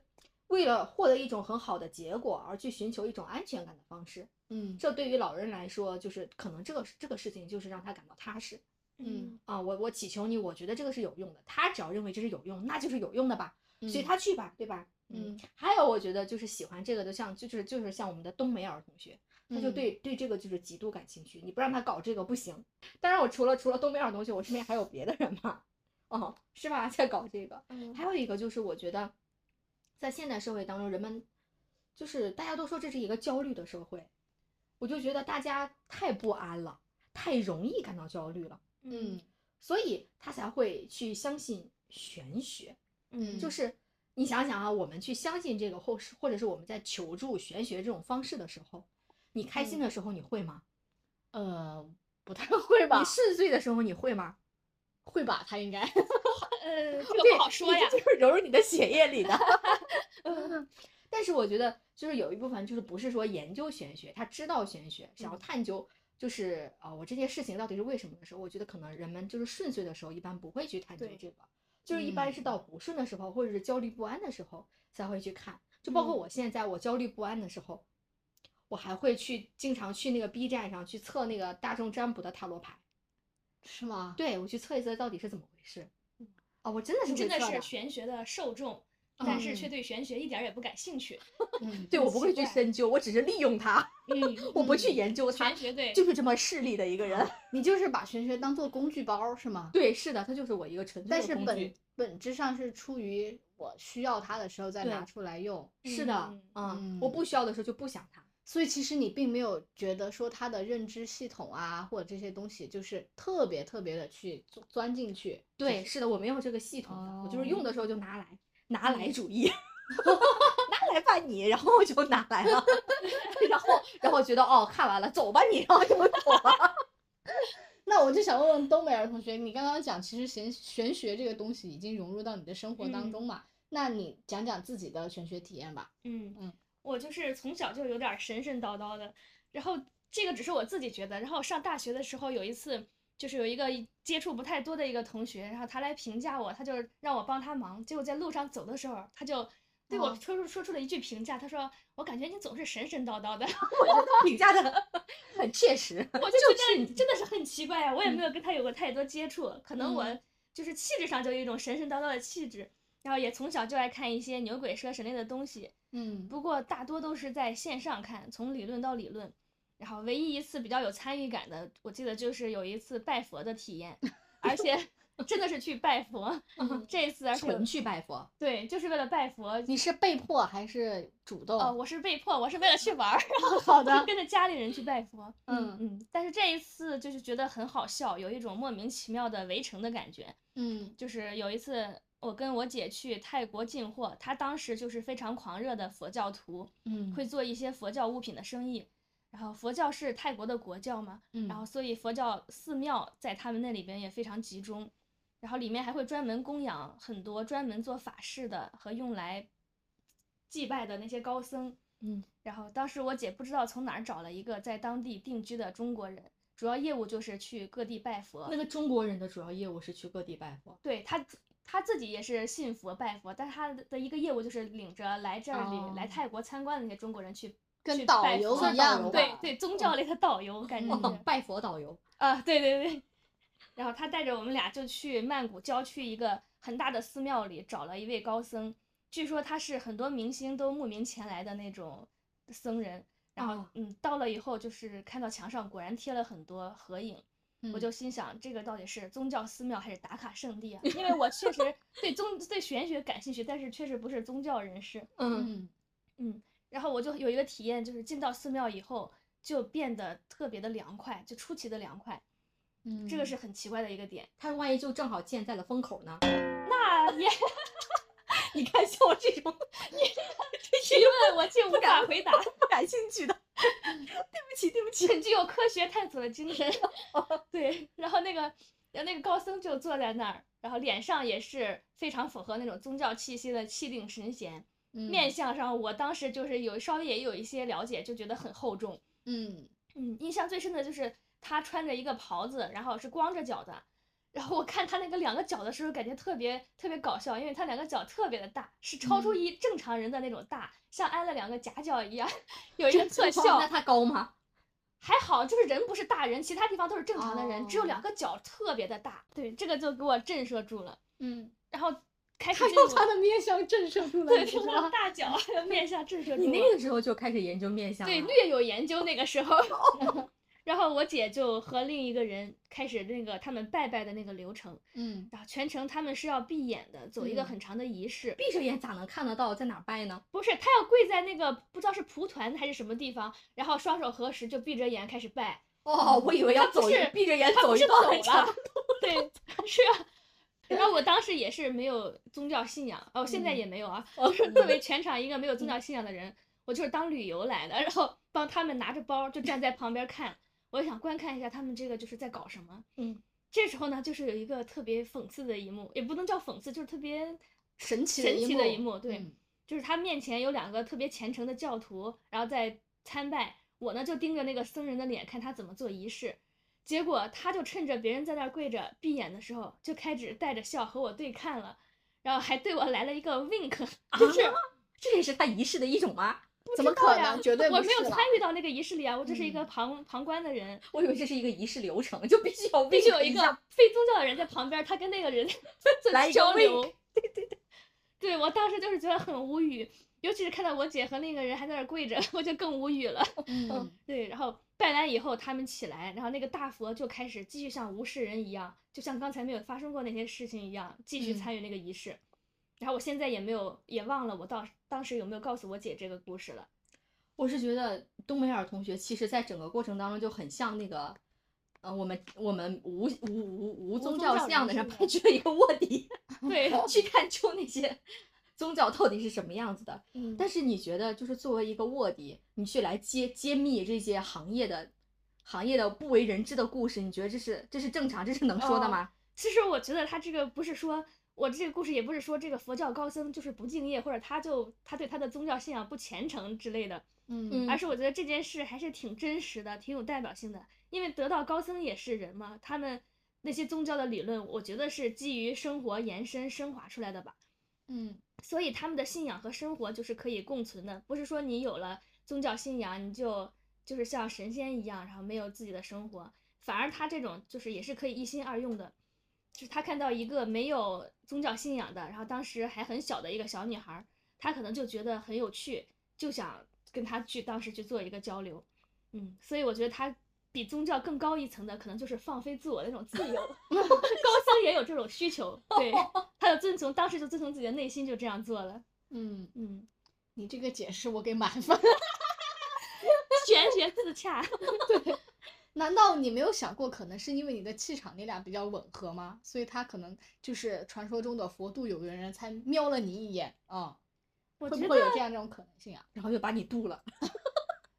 Speaker 1: 为了获得一种很好的结果而去寻求一种安全感的方式。
Speaker 2: 嗯
Speaker 1: 这对于老人来说，就是可能这个这个事情就是让他感到踏实
Speaker 2: 嗯
Speaker 1: 啊。我我祈求你，我觉得这个是有用的。他只要认为这是有用，那就是有用的吧。随
Speaker 2: 嗯
Speaker 1: 他去吧，对吧？
Speaker 2: 嗯，
Speaker 1: 还有我觉得就是喜欢这个的，像就是就是像我们的东梅尔同学，他就
Speaker 2: 嗯
Speaker 1: 对、对这个就是极度感兴趣，你不让他搞这个不行。当然，我除了除了东梅尔同学，我身边还有别的人嘛，哦，是吧？ 在搞这个，
Speaker 3: 嗯
Speaker 1: 还有一个就是我觉得，在现代社会当中，人们就是大家都说这是一个焦虑的社会，我就觉得大家太不安了，太容易感到焦虑了，
Speaker 2: 嗯
Speaker 1: 所以他才会去相信玄学。
Speaker 3: 嗯
Speaker 1: 就
Speaker 2: 嗯
Speaker 1: 是你想想啊，我们去相信这个，或是或者是我们在求助玄学这种方式的时候，你开心的时候你会吗？
Speaker 2: 呃不太会吧
Speaker 1: 你？顺遂的时候你会吗？
Speaker 2: 会吧？他应该
Speaker 3: 呃，这
Speaker 1: 对
Speaker 3: 个不好说
Speaker 1: 你
Speaker 3: 呀。
Speaker 1: 这就是融入你的血 液里的。嗯但是我觉得，就是有一部分就是不是说研究玄学，他知道玄学，想要
Speaker 3: 嗯
Speaker 1: 探究，就是啊、呃我这件事情到底是为什么的时候，我觉得可能人们就是顺遂的时候，一般不会去探究
Speaker 3: 对嗯
Speaker 1: 这个，就是一般是到不顺的时候，或者是焦虑不安的时候才会去看。就包括
Speaker 3: 嗯
Speaker 1: 我现在，我焦虑不安的时候，我还会去经常去那个 B 站上去测那个大众占卜的塔罗牌，
Speaker 2: 是吗？
Speaker 1: 对我去测一测到底是怎么回事。啊、我真的
Speaker 3: 嗯
Speaker 1: 是嗯
Speaker 3: 你真
Speaker 1: 会
Speaker 3: 的
Speaker 1: 测
Speaker 3: 是玄学的受众，但是却对玄学一点儿也不感兴趣。
Speaker 1: 啊
Speaker 2: 嗯
Speaker 1: 对
Speaker 3: 很
Speaker 1: 我不
Speaker 3: 奇
Speaker 1: 会去
Speaker 3: 怪
Speaker 1: 深究，我只是利用它，
Speaker 3: 嗯，
Speaker 1: 我不去
Speaker 2: 嗯
Speaker 1: 研究它
Speaker 3: 玄，学对，
Speaker 1: 就是这么势利的一个人。
Speaker 2: 你就是把玄学当做工具包是吗？
Speaker 1: 嗯对，是的，它就是我一个纯粹
Speaker 2: 但
Speaker 1: 的
Speaker 2: 是
Speaker 1: 工
Speaker 2: 本
Speaker 1: 具
Speaker 2: 本质上是出于我需要它的时候再
Speaker 1: 对
Speaker 2: 拿出来用，
Speaker 1: 是的
Speaker 3: 嗯，
Speaker 1: 嗯，我
Speaker 2: 嗯
Speaker 1: 不需要的时候就不想它。
Speaker 2: 所以其实你并没有觉得说它的认知系统啊或者这些东西就是特别特别的去钻钻进去。
Speaker 1: 对，是的，我没有这个系统的，我就是用的时候就拿来，拿来主义，嗯 拿来吧你，然后我就拿来了， 然后然后觉得哦看完了，走吧你，然后就走了。
Speaker 2: 那我就想问问东北儿同学，你刚刚讲其实玄玄学这个东西已经融入到你的生活当
Speaker 3: 嗯
Speaker 2: 中嘛？那你讲讲自己的玄学体验吧。
Speaker 3: 嗯
Speaker 2: 嗯
Speaker 3: 我就是从小就有点儿神神叨叨的，然后这个只是我自己觉得，然后上大学的时候有一次，就是有一个接触不太多的一个同学，然后他来评价我，他就让我帮他忙，结果在路上走的时候，他就对我
Speaker 2: 哦
Speaker 3: 说出说出了一句评价，他说我感觉你总是神神 叨叨的，
Speaker 1: 我觉得评价的很切实，
Speaker 3: 我就觉得真的是很奇怪呀、啊我也没有跟他有过太多接触，可能我
Speaker 2: 嗯
Speaker 3: 就是气质上就有一种神神叨叨的气质，然后也从小就爱看一些牛鬼蛇神类的东西，
Speaker 2: 嗯
Speaker 3: 不过大多都是在线上看，从理论到理论。然后唯一一次比较有参与感的，我记得就是有一次拜佛的体验，而且真的是去拜佛。这一次而且
Speaker 1: 纯去拜佛。
Speaker 3: 对，就是为了拜佛。
Speaker 2: 你是被迫还是主动？
Speaker 3: 哦，我是被迫，我是为了去玩儿，
Speaker 2: 好
Speaker 3: 然后
Speaker 2: 的，
Speaker 3: 跟着家里人去拜佛。
Speaker 2: 嗯
Speaker 3: 嗯，但是这一次就是觉得很好笑，有一种莫名其妙的围城的感觉。
Speaker 2: 嗯
Speaker 3: 就是有一次我跟我姐去泰国进货，她当时就是非常狂热的佛教徒，
Speaker 2: 嗯，
Speaker 3: 会做一些佛教物品的生意。然后佛教是泰国的国教嘛，
Speaker 2: 嗯，
Speaker 3: 然后所以佛教寺庙在他们那里边也非常集中，然后里面还会专门供养很多专门做法事的和用来祭拜的那些高僧。
Speaker 2: 嗯，
Speaker 3: 然后当时我姐不知道从哪儿找了一个在当地定居的中国人，主要业务就是去各地拜佛。
Speaker 1: 那个中国人的主要业务是去各地拜佛，
Speaker 3: 对他自，他自己也是信佛拜佛，但是他的一个业务就是领着来这里、来
Speaker 2: 哦
Speaker 3: 泰国参观的那些中国人去
Speaker 2: 跟
Speaker 3: 去
Speaker 2: 导
Speaker 3: 拜
Speaker 2: 游
Speaker 3: 佛
Speaker 1: 一
Speaker 2: 样
Speaker 1: 的
Speaker 3: 对对，宗教类的导游感觉
Speaker 2: 嗯
Speaker 3: 是
Speaker 1: 拜佛导游。
Speaker 3: 啊，对对对。然后他带着我们俩就去曼谷郊区一个很大的寺庙里找了一位高僧，据说他是很多明星都慕名前来的那种僧人。然后
Speaker 1: 啊，
Speaker 3: 嗯，到了以后就是看到墙上果然贴了很多合影，
Speaker 2: 嗯
Speaker 3: 我就心想，这个到底是宗教寺庙还是打卡圣地啊？因为我 确实对宗对玄学感兴趣，但是确实不是宗教人士。
Speaker 1: 嗯，
Speaker 2: 嗯
Speaker 3: 嗯，然后我就有一个体验，就是进到寺庙以后，就变得特别的凉快，就出奇的凉快，
Speaker 2: 嗯，
Speaker 3: 这个是很奇怪的一个 点。
Speaker 1: 他万一就正好建在了风口呢？
Speaker 3: 那啊 也
Speaker 1: 你看，像我这 种
Speaker 3: 提问我竟无
Speaker 1: 不敢
Speaker 3: 法回答，
Speaker 1: 不感兴趣的， 对不起，对不 起。
Speaker 3: 哦很具有科学探索的精神。对，然后那个然后那个高僧就坐在那儿，然后脸上也是非常符合那种宗教气息的气定神闲。
Speaker 2: 嗯
Speaker 3: 面相上，我当时就是有稍微也有一些了解，就觉得很厚重。
Speaker 2: 嗯
Speaker 3: 嗯，印象最深的就是他穿着一个袍子，然后是光着脚的。然后我看他那个两个脚的时候，感觉特别特别搞笑，因为他两个脚特别的大，是超出一正常人的那种大，像安了两个夹脚一样， 有一个特效。
Speaker 1: 那他高吗？
Speaker 3: 还好，就是人不是大人，其他地方都是正常的人，只有
Speaker 2: 哦
Speaker 3: 两个脚特别的大。对，这个就给我震慑住了。
Speaker 2: 嗯，
Speaker 3: 然后开始
Speaker 2: 他
Speaker 3: 进
Speaker 2: 用
Speaker 3: 入
Speaker 2: 他的面相震慑住了
Speaker 3: 对
Speaker 2: 你，是
Speaker 3: 用他
Speaker 2: 吧
Speaker 3: 的？大脚 面相震慑住
Speaker 1: 你那
Speaker 3: 我
Speaker 1: 个时候就开始研究面相了，
Speaker 3: 对略有研究那个 时候。 然后我姐就和另一个人开始那个他们拜拜的那个流程，
Speaker 2: 嗯，
Speaker 3: 然后全程他们是要闭眼的，走一个
Speaker 2: 嗯
Speaker 3: 很长的仪式。
Speaker 1: 闭着眼咋能看得到在哪儿拜呢？
Speaker 3: 不是，他要跪在那个不知道是蒲团还是什么地方，然后双手合十，就闭着眼开始拜。
Speaker 1: 哦，我以为要
Speaker 3: 他不
Speaker 1: 走一
Speaker 3: 是
Speaker 1: 闭着眼
Speaker 3: 他
Speaker 1: 走
Speaker 3: 不
Speaker 1: 一
Speaker 3: 是
Speaker 1: 道
Speaker 3: 走
Speaker 1: 很长
Speaker 3: 了， 对，是啊。然后我当时也是没有宗教信仰，哦，现在
Speaker 2: 嗯
Speaker 3: 也没有啊。我是作为全场一个没有宗教信仰的人，我就是当旅游来的，然后帮他们拿着包就站在旁边看，我想观看一下他们这个就是在搞什么。
Speaker 1: 嗯，
Speaker 3: 这时候呢，就是有一个特别讽刺的一幕，也不能叫讽刺，就是特别
Speaker 2: 神奇
Speaker 3: 神奇的一
Speaker 2: 幕，
Speaker 3: 幕，对，
Speaker 2: 嗯
Speaker 3: 就是他面前有两个特别虔诚的教徒，然后在参拜。我呢就盯着那个僧人的脸看他怎么做仪式，结果他就趁着别人在那儿跪着闭眼的时候，就开始带着笑和我对看了，然后还对我来了一个 wink，就是
Speaker 1: 这也是他仪式的一种吗？
Speaker 2: 怎么
Speaker 3: 不知道
Speaker 2: 可
Speaker 3: 呀
Speaker 2: 能？绝对
Speaker 3: 我
Speaker 2: 不
Speaker 3: 没
Speaker 2: 是
Speaker 3: 有
Speaker 2: 啦
Speaker 3: 参与到那个仪式里啊，我只是一个
Speaker 2: 嗯
Speaker 3: 旁旁观的人，
Speaker 1: 我以为这是一个仪式流程，就必须要
Speaker 3: 必须有
Speaker 1: wink
Speaker 3: 一
Speaker 1: 下
Speaker 3: 个非宗教的人在旁边，他跟那个人
Speaker 1: 来
Speaker 3: 在
Speaker 1: 一个
Speaker 3: 交流
Speaker 1: wink。
Speaker 3: 对对对，对我当时就是觉得很无语，尤其是看到我姐和那个人还在那儿跪着， 我就更无语了。
Speaker 2: 嗯
Speaker 3: 对，然后拜完以后，他们起来，然后那个大佛就开始继续像无事人一样，就像刚才没有发生过那些事情一样，继续
Speaker 2: 嗯
Speaker 3: 参与那个仪式。然后我现在也没有，也忘了我到当时有没有告诉我姐这个故事了。
Speaker 1: 我是觉得东北尔同学其实在整个过程当中就很像那个，呃，我们我们无无无无
Speaker 3: 无
Speaker 1: 宗
Speaker 3: 宗
Speaker 1: 教
Speaker 3: 教
Speaker 1: 信仰的
Speaker 3: 人
Speaker 1: 人
Speaker 3: 士
Speaker 1: 派去了一个卧底
Speaker 3: 对，
Speaker 1: 去探究那些宗教到底是什么样子的。
Speaker 3: 嗯
Speaker 1: 但
Speaker 3: 是
Speaker 1: 是你觉得，就是作为一个卧底，你去来揭揭秘这些行业的行业的不为人知的故事，你觉得这是这是正常，这是能说的
Speaker 3: 哦
Speaker 1: 吗？
Speaker 3: 其实我觉得他这个不是说。我这个故事也不是说这个佛教高僧就是不敬业，或者他就他对他的宗教信仰不虔诚之类的，
Speaker 2: 嗯
Speaker 3: 而是我觉得这件事还是挺真实的，挺有代表性的。因为得道高僧也是人嘛，他们那些宗教的理论，我觉得是基于生活延伸升华出来的吧。
Speaker 2: 嗯
Speaker 3: 所以他们的信仰和生活就是可以共存的，不是说你有了宗教信仰你就就是像神仙一样，然后没有自己的生活。反而他这种就是也是可以一心二用的，就是他看到一个没有宗教信仰的，然后当时还很小的一个小女孩儿，他可能就觉得很有趣，就想跟她去当时去做一个交流。嗯，所以我觉得他比宗教更高一层的，可能就是放飞自我的那种自由。 高僧也有这种需求，对，他就遵从当时就遵从自己的内心，就这样做了。
Speaker 2: 嗯，
Speaker 3: 嗯，
Speaker 2: 你这个解释我给满 分。
Speaker 3: 玄学自洽，
Speaker 2: 难道你没有想过，可能是因为你的气场你俩比较吻合吗？所以他可能就是传说中的佛度有缘人才瞄了你一眼啊、
Speaker 3: 我
Speaker 2: 会
Speaker 3: 觉
Speaker 2: 不会有
Speaker 3: 得
Speaker 2: 这样这种可能性啊？
Speaker 1: 然后就把你渡了。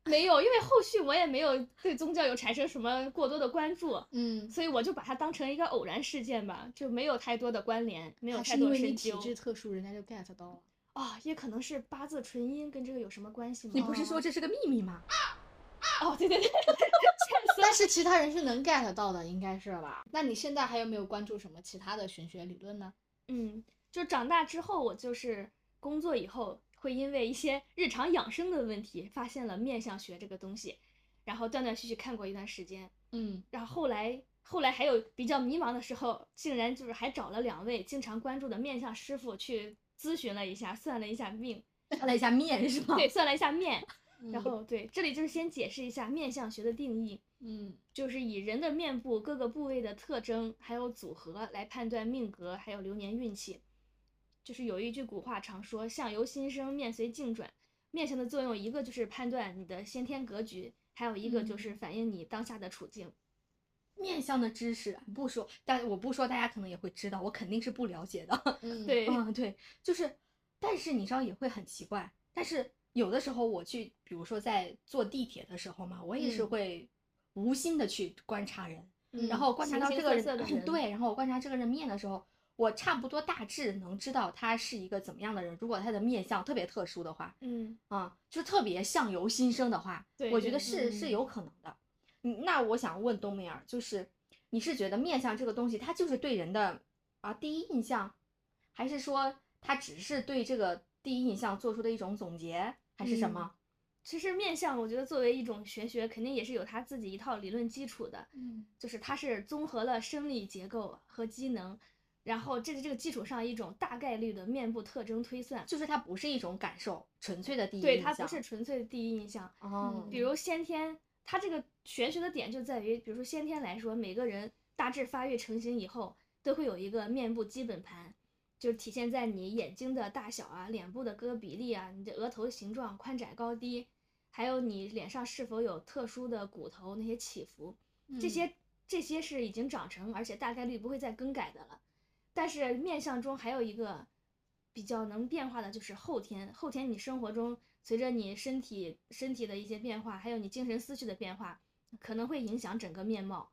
Speaker 3: 没有，因为后续我也没有对宗教有产生什么过多的关注。
Speaker 2: 嗯，
Speaker 3: 所以我就把它当成一个偶然事件吧，就没有太多的关联，没有
Speaker 2: 还
Speaker 3: 太
Speaker 2: 是因
Speaker 3: 多
Speaker 2: 为你
Speaker 3: 深
Speaker 2: 体
Speaker 3: 究
Speaker 2: 质特殊，人家就 get 到了。
Speaker 3: 啊、也可能是八字纯阴跟这个有什么关系吗？
Speaker 1: 你不是说这是个秘密吗？
Speaker 3: 哦，对对对，所以
Speaker 2: 但是其他人是能 get 到的，应该是吧？那你现在还有没有关注什么其他的玄学理论呢？
Speaker 3: 嗯，就长大之后，我就是工作以后，会因为一些日常养生的问题，发现了面相学这个东西，然后断断续续看过一段时间，
Speaker 2: 嗯
Speaker 3: 然后后来后来还有比较迷茫的时候，竟然就是还找了两位经常关注的面相师傅去咨询了一下，算了一下命，
Speaker 1: 看了一下面是吗？
Speaker 3: 对， 算了一下面，
Speaker 2: 嗯
Speaker 3: 然后对，这里就是先解释一下面相学的定义。
Speaker 2: 嗯
Speaker 3: 就是以人的面部各个部位的特征还有组合来判断命格，还有流年运气。就是有一句古话常说“相由心生，面随境转”。面相的作用，一个就是判断你的先天格局，还有一个就是反映你当下的处境。
Speaker 1: 面向的知识不说，但我不说，大家可能也会知道，我肯定是不了解的。
Speaker 2: 嗯，
Speaker 3: 对，
Speaker 1: 嗯，对，就是，但是你知道也会很奇怪，但是有的时候我去，比如说在坐地铁的时候嘛，我也是
Speaker 2: 嗯
Speaker 1: 会无心的去观察人，然后观察
Speaker 3: 嗯形
Speaker 1: 到
Speaker 3: 形
Speaker 1: 这个
Speaker 3: 色色 的人
Speaker 1: 对，然后我观察这个人面的时候，我差不多大致能知道他是一个怎么样的人。如果他的面相特别特殊的话，
Speaker 3: 嗯，
Speaker 1: 啊、就特别相由心生的话，
Speaker 3: 对
Speaker 1: 我觉
Speaker 3: 对
Speaker 1: 得是
Speaker 2: 嗯
Speaker 1: 是有可能的。嗯，那我想问冬梅尔，就是你是觉得面相这个东西，它就是对人的啊第一印象，还是说它只是对这个第一印象做出的一种总结，还是什
Speaker 2: 嗯
Speaker 1: 么？
Speaker 3: 其实面相，我觉得作为一种玄学，肯定也是有它自己一套理论基础的，
Speaker 2: 嗯
Speaker 3: 就是它是综合了生理结构和机能，然后这个这个基础上一种大概率的面部特征推算。
Speaker 1: 就是它不是一种感受，纯粹的第一
Speaker 3: 对，
Speaker 1: 印
Speaker 3: 它不
Speaker 1: 象
Speaker 3: 是嗯纯粹的第一印象。
Speaker 1: 哦，
Speaker 3: 比如先天，它这个玄学的点就在于，比如说先天来说，每个人大致发育成型以后，都会有一个面部基本盘，就是体现在你眼睛的大小啊、脸部的各个比例啊、你的额头形状、宽窄高低，还有你脸上是否有特殊的骨头那些起伏，这
Speaker 2: 嗯
Speaker 3: 些这些是已经长成，而且大概率不会再更改的了。但是面相中还有一个比较能变化的，就是后天。后天你生活中随着你身体身体的一些变化，还有你精神思绪的变化，可能会影响整个面貌。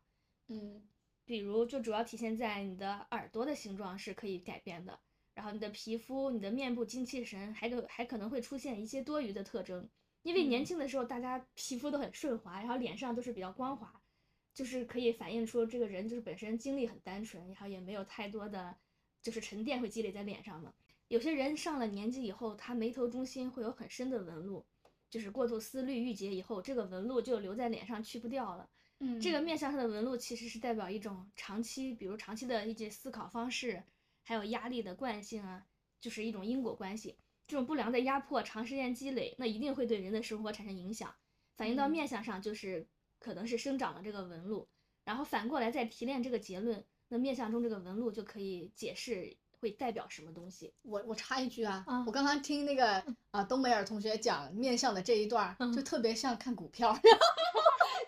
Speaker 2: 嗯
Speaker 3: 比如，就主要体现在你的耳朵的形状是可以改变的，然后你的皮肤、你的面部精气神，还有还可能会出现一些多余的特征。因为年
Speaker 2: 嗯
Speaker 3: 轻的时候，大家皮肤都很顺滑，然后脸上都是比较光滑，就是可以反映出这个人就是本身经历很单纯，然后也没有太多的就是沉淀会积累在脸上嘛。有些人上了年纪以后，他眉头中心会有很深的纹路，就是过度思虑郁结以后，这个纹路就留在脸上去不掉了。
Speaker 2: 嗯
Speaker 3: 这个面相上的纹路其实是代表一种长期，比如长期的一些思考方式，还有压力的惯性啊，就是一种因果关系。这种不良的压迫长时间积累，那一定会对人的生活产生影响，反映到
Speaker 2: 嗯
Speaker 3: 面相上就是可能是生长了这个纹路，然后反过来再提炼这个结论，那面相中这个纹路就可以解释会代表什么东西。
Speaker 2: 我我插一句啊，
Speaker 1: 啊
Speaker 2: 我刚刚听那个啊东北尔同学讲面相的这一段儿，就
Speaker 1: 嗯
Speaker 2: 特别像看股 票，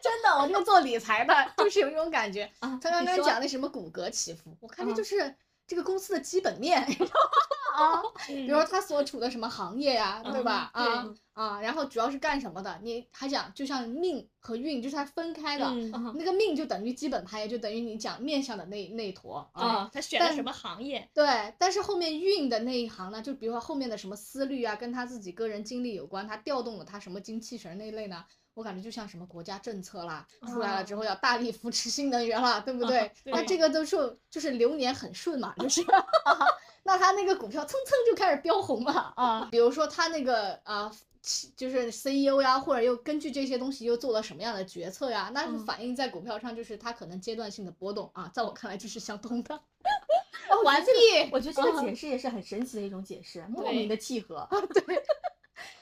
Speaker 2: 真的，我这个做理财的，就是有这种感觉。
Speaker 1: 啊，
Speaker 2: 他刚
Speaker 1: 你
Speaker 2: 刚
Speaker 1: 说
Speaker 2: 讲那什么骨骼起伏，我看这
Speaker 1: 啊
Speaker 2: 就是这个公司的基本面， 啊，比
Speaker 1: 嗯
Speaker 2: 如说他所处的什么行业呀、对吧？
Speaker 3: 嗯对
Speaker 2: 啊啊，然后主要是干什么的？你还讲就像命和运，就是它分开的，
Speaker 3: 嗯
Speaker 1: 啊
Speaker 2: 那个命就等于基本盘，也就等于你讲面相的那那一坨
Speaker 1: 啊
Speaker 3: 哦他选了
Speaker 2: 但
Speaker 3: 什么行业？
Speaker 2: 对，但是后面运的那一行呢，就比如说后面的什么思虑啊，跟他自己个人经历有关，他调动了他什么精气神儿那一类呢，我感觉就像什么国家政策啦，出来了之后要大力扶持新能源啦，对不对？那
Speaker 3: 对
Speaker 2: 这个都是就是流年很顺嘛，就是， 那他那个股票蹭蹭就开始飙红了啊，比如说他那个啊。其就是 CEO 呀，或者又根据这些东西又做了什么样的决策呀？那就
Speaker 1: 嗯
Speaker 2: 反映在股票上，就是它可能阶段性的波动啊，在我看来这是相通的。
Speaker 1: 我觉
Speaker 2: 完
Speaker 1: 得哦这
Speaker 2: 毕
Speaker 1: 个我觉得这个
Speaker 2: 啊
Speaker 1: 解释也是很神奇的一种解释，莫
Speaker 3: 对
Speaker 1: 名的契合。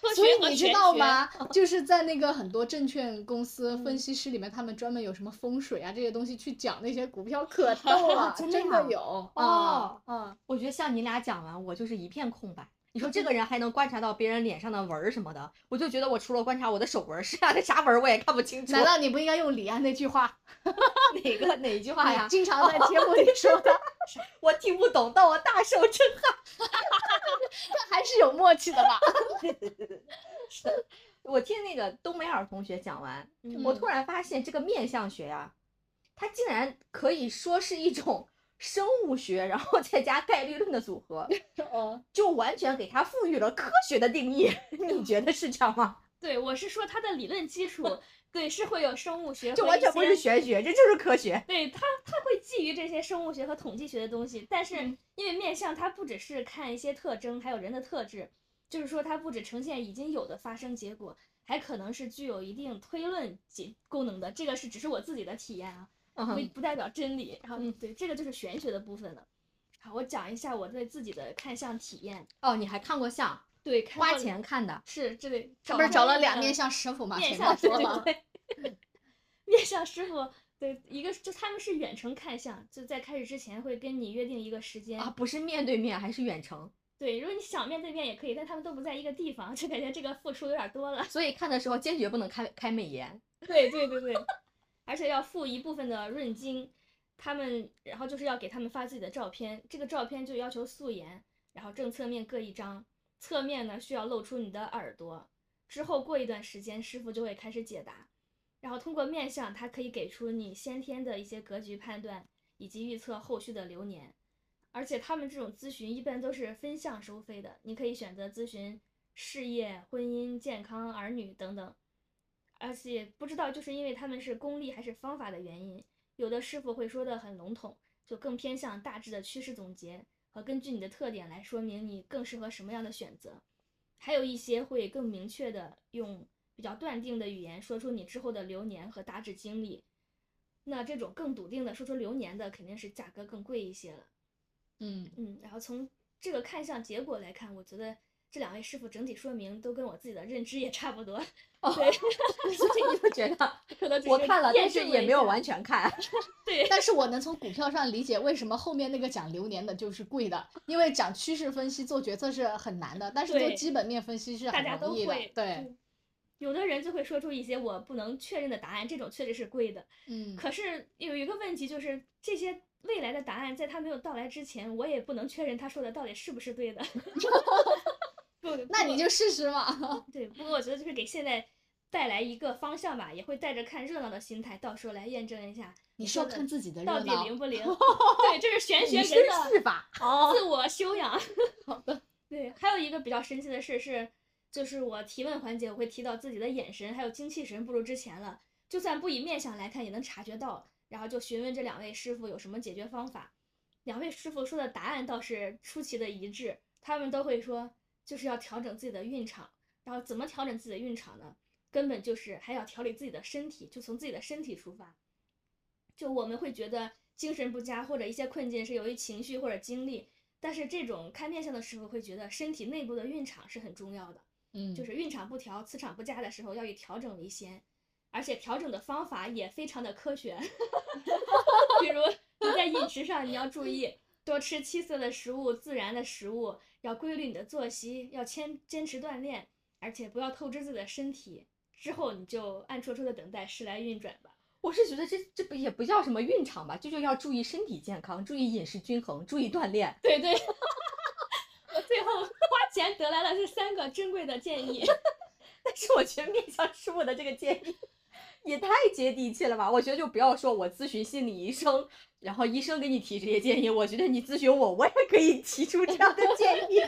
Speaker 3: 科
Speaker 2: 所
Speaker 3: 学
Speaker 2: 以
Speaker 3: 和
Speaker 2: 你知
Speaker 3: 玄
Speaker 2: 道
Speaker 3: 学？
Speaker 2: 吗？
Speaker 1: 哦
Speaker 2: 就是在那个很多证券公司
Speaker 1: 嗯
Speaker 2: 分析师里面，他们专门有什么风水啊这些东西去讲那些股票， 可逗了，
Speaker 1: 真
Speaker 2: 真
Speaker 1: 的呀
Speaker 2: 的有啊
Speaker 1: 哦
Speaker 2: 啊！
Speaker 1: 我觉得像你俩讲完，我就是一片空白。你说这个人还能观察到别人脸上的纹儿什么的，我就觉得我除了观察我的手纹儿，剩下的啥纹儿我也看不清楚。
Speaker 2: 难道你不应该用李安那句话？哎
Speaker 1: 哪个哪一句话哎呀哦
Speaker 2: 你？经常在节目里说 的，
Speaker 1: 我听不懂，但我大受震撼。
Speaker 2: 这还是有默契的 吧？
Speaker 1: 我听那个冬梅尔同学讲完，
Speaker 3: 嗯
Speaker 1: 我突然发现这个面相学呀、它竟然可以说是一种生物学，然后再加概率论的组 合，
Speaker 2: 哦，
Speaker 1: 就完全给它赋予了科学的定义。
Speaker 3: 哦
Speaker 1: 你觉得是这样吗？
Speaker 3: 对，我是说它的理论基 础，对，是会有生物学，
Speaker 1: 就完全不是。玄学，这就是科学。
Speaker 3: 对它，它会基于这些生物学和统计学的东西，但是
Speaker 2: 嗯
Speaker 3: 因为面相，它不只是看一些特征，还有人的特质，就是说它不只呈现已经有的发生结果，还可能是具有一定推论及功能的。这个是只是我自己的体验啊，不
Speaker 1: 嗯
Speaker 3: 不代表真理。然后
Speaker 1: 嗯
Speaker 3: 对，这个就是玄学的部分了。好，我讲一下我对自己的看相体验。
Speaker 1: 哦，你还看过相，
Speaker 3: 对，看
Speaker 1: 花
Speaker 3: 过
Speaker 1: 钱看的。
Speaker 3: 是这得
Speaker 2: 他不是
Speaker 3: 出
Speaker 2: 找
Speaker 3: 来
Speaker 2: 了
Speaker 3: 一
Speaker 2: 俩
Speaker 3: 个
Speaker 2: 面相师傅嘛？
Speaker 3: 面
Speaker 2: 前面
Speaker 3: 相
Speaker 2: 说
Speaker 3: 对
Speaker 2: 了，
Speaker 3: 对对 面相师傅对一个是就他们是远程看相，就在开始之前会跟你约定一个时间。
Speaker 1: 啊，不是面对面，还是远程，
Speaker 3: 对，如果你想面对面也可以，但他们都不在一个地方，就感觉这个付出有点多了。
Speaker 1: 所以看的时候坚决不能开开美颜。
Speaker 3: 对对对对，而且要付一部分的润金，他们然后就是要给他们发自己的照片，这个照片就要求素颜，然后正侧面各一张，侧面呢需要露出你的耳朵，之后过一段时间师傅就会开始解答。然后通过面相，它可以给出你先天的一些格局判断，以及预测后续的流年。而且他们这种咨询一般都是分项收费的，你可以选择咨询事业、婚姻、健康、儿女等等。而且不知道就是因为他们是功力还是方法的原因，有的师傅会说的很笼统，就更偏向大致的趋势总结和根据你的特点来说明你更适合什么样的选择。还有一些会更明确的用比较断定的语言说出你之后的流年和大致经历。那这种更笃定的说出流年的，肯定是价格更贵一些了。
Speaker 2: 嗯，
Speaker 3: 嗯，然后从这个看向结果来看，我觉得这两位师傅整体说明都跟我自己的认知也差不多。 对，
Speaker 1: 哦 所以你就觉 得
Speaker 3: 可能只
Speaker 1: 我看了，但
Speaker 3: 验
Speaker 1: 是
Speaker 3: 证
Speaker 1: 也
Speaker 3: 一
Speaker 1: 没有
Speaker 3: 下
Speaker 1: 完全看。
Speaker 3: 对，
Speaker 2: 但是我能从股票上理解为什么后面那个讲流年的就是贵的，因为讲趋势分析做决策是很难的，但是做
Speaker 3: 对
Speaker 2: 基本面分析是
Speaker 3: 大
Speaker 2: 很
Speaker 3: 家都
Speaker 2: 容易的
Speaker 3: 会。。
Speaker 2: 对，
Speaker 3: 嗯有的人就会说出一些我不能确认的答案，这种确实是贵的。
Speaker 2: 嗯，
Speaker 3: 可是有一个问题就是，这些未来的答案在他没有到来之前，我也不能确认他说的到底是不是对 的。 不，
Speaker 2: 那
Speaker 3: 不
Speaker 2: 你就试试嘛。
Speaker 3: 对，不过我觉得就是给现在带来一个方向吧，也会带着看热闹的心态，到时候来验证一下
Speaker 2: 你是要
Speaker 3: 说的
Speaker 2: 看自己的热
Speaker 3: 到底
Speaker 2: 闹，
Speaker 3: 灵 不灵。对，这是玄
Speaker 2: 你
Speaker 3: 学人
Speaker 2: 试
Speaker 3: 的
Speaker 2: 试吧。
Speaker 3: 自我修养。哦 好的，对，还有一个比较神奇的事是，就是我提问环节我会提到自己的眼神还有精气神不如之前了，就算不以面相来看也能察觉到，然后就询问这两位师傅有什么解决方法。两位师傅说的答案倒是出奇的一致，他们都会说就是要调整自己的运场，然后怎么调整自己的运场呢？根本就是还要调理自己的身体，就从自己的身体出发。就我们会觉得精神不佳或者一些困境是由于情绪或者经历，但是这种看面相的师傅会觉得身体内部的运场是很重要的，
Speaker 2: 嗯，
Speaker 3: 就是运场不调、磁场不佳的时候要以调整为先，而且调整的方法也非常的科学， 比如你在饮食上你要注意。多吃七色的食物，自然的食物，要规律你的作息，要坚坚持锻炼，而且不要透支自己的身体。之后你就暗戳戳的等待时来运转吧。
Speaker 1: 我是觉得这这不也不叫什么运场吧，这就要注意身体健康，注意饮食均衡，注意锻炼。
Speaker 3: 对 对，我最后花钱得来的是三个珍贵的建议。
Speaker 1: 但是我觉得面向师傅的这个建议也太接地气了吧！我觉得就不要说我咨询心理医生，然后医生给你提这些建议，我觉得你咨询我，我也可以提出这样的 建议。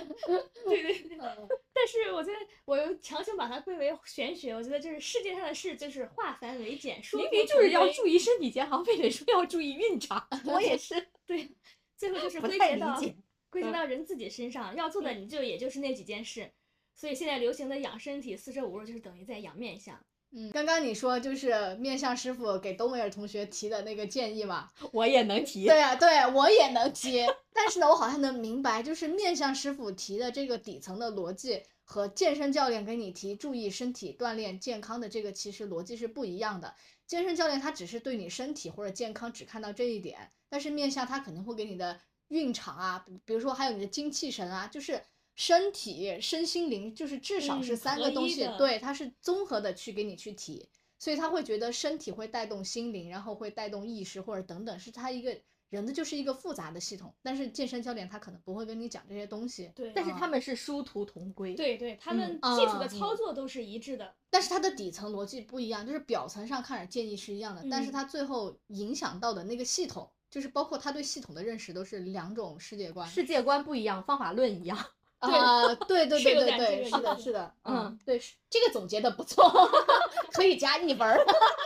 Speaker 3: 对对对，
Speaker 2: 嗯
Speaker 3: 但是我觉得我又强行把它归为玄学，我觉得就是世界上的事就是化繁为简，说
Speaker 1: 明
Speaker 3: 服
Speaker 1: 明就是
Speaker 3: 成
Speaker 1: 要
Speaker 3: 规
Speaker 1: 注意身体健康，非得说要注意运场，我也 是
Speaker 3: 对，最后就是
Speaker 1: 不
Speaker 3: 归
Speaker 1: 太
Speaker 3: 结
Speaker 1: 理
Speaker 3: 到
Speaker 1: 解。
Speaker 3: 归结
Speaker 1: 嗯
Speaker 3: 到人自己身上，要做的你就也就是那几件事。所以现在流行的养身体四舍五入就是等于在养面相。
Speaker 2: 嗯，刚刚你说就是面向师傅给东维尔同学提的那个建议嘛？
Speaker 1: 我也能提。
Speaker 2: 对啊，对我也能接，但是呢，我好像能明白，就是面向师傅提的这个底层的逻辑和健身教练给你提注意身体锻炼健康的这个其实逻辑是不一样的。健身教练他只是对你身体或者健康只看到这一点，但是面向他肯定会给你的运场啊，比比如说还有你的精气神啊，就是。身体、身心灵，就是至少是
Speaker 3: 嗯
Speaker 2: 三
Speaker 3: 合
Speaker 2: 个东
Speaker 3: 一
Speaker 2: 西，
Speaker 3: 的
Speaker 2: 对，它是综合的去给你去提。所以他会觉得身体会带动心灵，然后会带动意识或者等等，是他一个人的就是一个复杂的系统。但是健身教练他可能不会跟你讲这些东西，
Speaker 3: 对
Speaker 1: 但是他们是殊途同归。，
Speaker 3: 对对，他
Speaker 1: 啊嗯
Speaker 3: 们基础
Speaker 2: 啊
Speaker 3: 的操
Speaker 1: 嗯
Speaker 3: 作都是一致的。
Speaker 2: 但是他的底层逻辑不一样，就是表层上看着建议是一样的，但是
Speaker 3: 嗯
Speaker 2: 他最后影响到的那个系统，就是包括他对系统的认识都是两种世界观。
Speaker 1: 世界观不一样，方法论一样。
Speaker 2: 啊、对对
Speaker 3: 是
Speaker 2: 对
Speaker 3: 有
Speaker 2: 对
Speaker 3: 点这
Speaker 2: 对，
Speaker 3: 个
Speaker 2: 是
Speaker 3: 意
Speaker 2: 的，
Speaker 3: 思
Speaker 2: 是的，
Speaker 1: 嗯
Speaker 2: 嗯，对，是这个总结的不错， 可以加一分儿。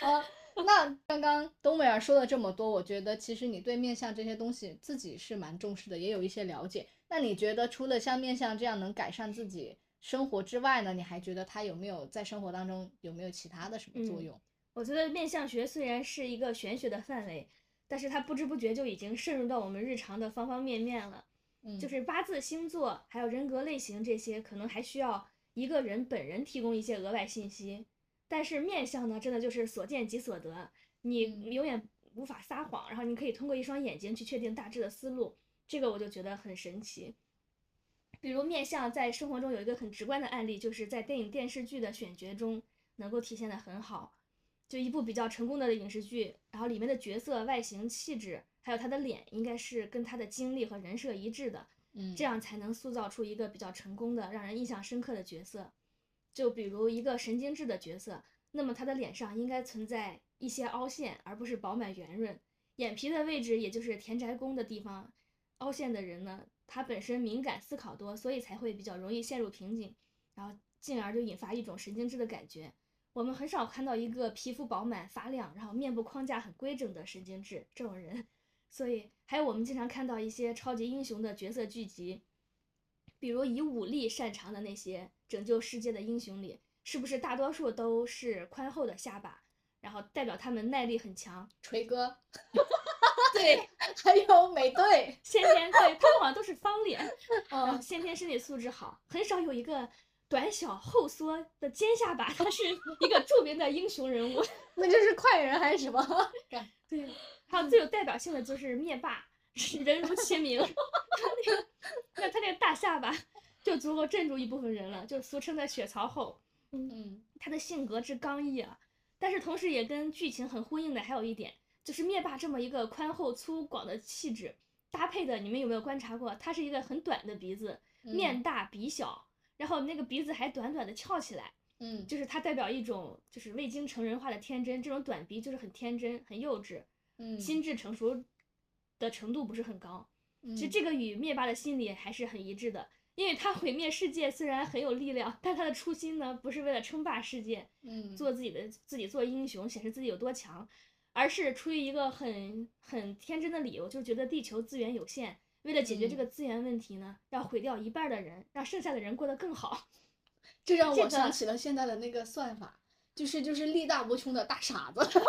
Speaker 2: 啊，那刚刚东美尔说了这么多，我觉得其实你对面相这些东西自己是蛮重视的，也有一些了解。那你觉得除了像面相这样能改善自己生活之外呢，你还觉得它有没有在生活当中有没有其他的什么作
Speaker 3: 嗯
Speaker 2: 用？
Speaker 3: 我觉得面相学虽然是一个玄学的范围，但是它不知不觉就已经渗入到我们日常的方方面面了。
Speaker 2: 嗯，
Speaker 3: 就是八字、星座还有人格类型这些，可能还需要一个人本人提供一些额外信息。但是面相呢，真的就是所见即所得，
Speaker 2: 嗯
Speaker 3: 你永远无法撒谎，然后你可以通过一双眼睛去确定大致的思路，这个我就觉得很神奇。比如面相在生活中有一个很直观的案例，就是在电影电视剧的选角中能够体现的很好。就一部比较成功的影视剧，然后里面的角色外形、气质，还有他的脸，应该是跟他的经历和人设一致的。
Speaker 2: 嗯，
Speaker 3: 这样才能塑造出一个比较成功的、让人印象深刻的角色。就比如一个神经质的角色，那么他的脸上应该存在一些凹陷，而不是饱满圆润。眼皮的位置，也就是田宅宫的地方，凹陷的人呢，他本身敏感、思考多，所以才会比较容易陷入瓶颈，然后进而就引发一种神经质的感觉。我们很少看到一个皮肤饱满、发亮，然后面部框架很规整的神经质这种人。所以，还有我们经常看到一些超级英雄的角色剧集，比如以武力擅长的那些拯救世界的英雄里，是不是大多数都是宽厚的下巴，然后代表他们耐力很强？
Speaker 2: 锤哥，
Speaker 3: 对，
Speaker 2: 还有美 队，
Speaker 3: 先天对他们好像都是方脸，然后
Speaker 2: 嗯，
Speaker 3: 先天身体素质好，很少有一个短小后缩的尖下巴，他是一个著名的英雄人物。
Speaker 2: 那这是快人还是什么？
Speaker 3: 对，还有最有代表性的就是灭霸，人如其名， 那他这个大下巴就足够镇住一部分人了，就俗称的血槽后。
Speaker 2: 嗯，
Speaker 3: 他的性格之刚毅啊，但是同时也跟剧情很呼应的还有一点，就是灭霸这么一个宽厚粗犷的气质搭配的，你们有没有观察过？他是一个很短的鼻子， 面大鼻小，然后那个鼻子还短短的翘起来，
Speaker 2: 嗯，
Speaker 3: 就是它代表一种就是未经成人化的天真，这种短鼻就是很天真、很幼稚，
Speaker 2: 嗯，
Speaker 3: 心智成熟的程度不是很高。
Speaker 2: 嗯，
Speaker 3: 其实这个与灭霸的心理还是很一致的，因为他毁灭世界虽然很有力量，但他的初心呢不是为了称霸世界，
Speaker 2: 嗯
Speaker 3: 做自己的自己做英雄，显示自己有多强，而是出于一个很很天真的理由，就觉得地球资源有限，为了解决这
Speaker 2: 嗯
Speaker 3: 个资源问题呢，要毁掉一半儿的人，让剩下的人过得更好。
Speaker 2: 这让
Speaker 3: 这
Speaker 2: 我
Speaker 3: 个
Speaker 2: 想起了现在的那个算法，就是就是力大无穷的大傻子，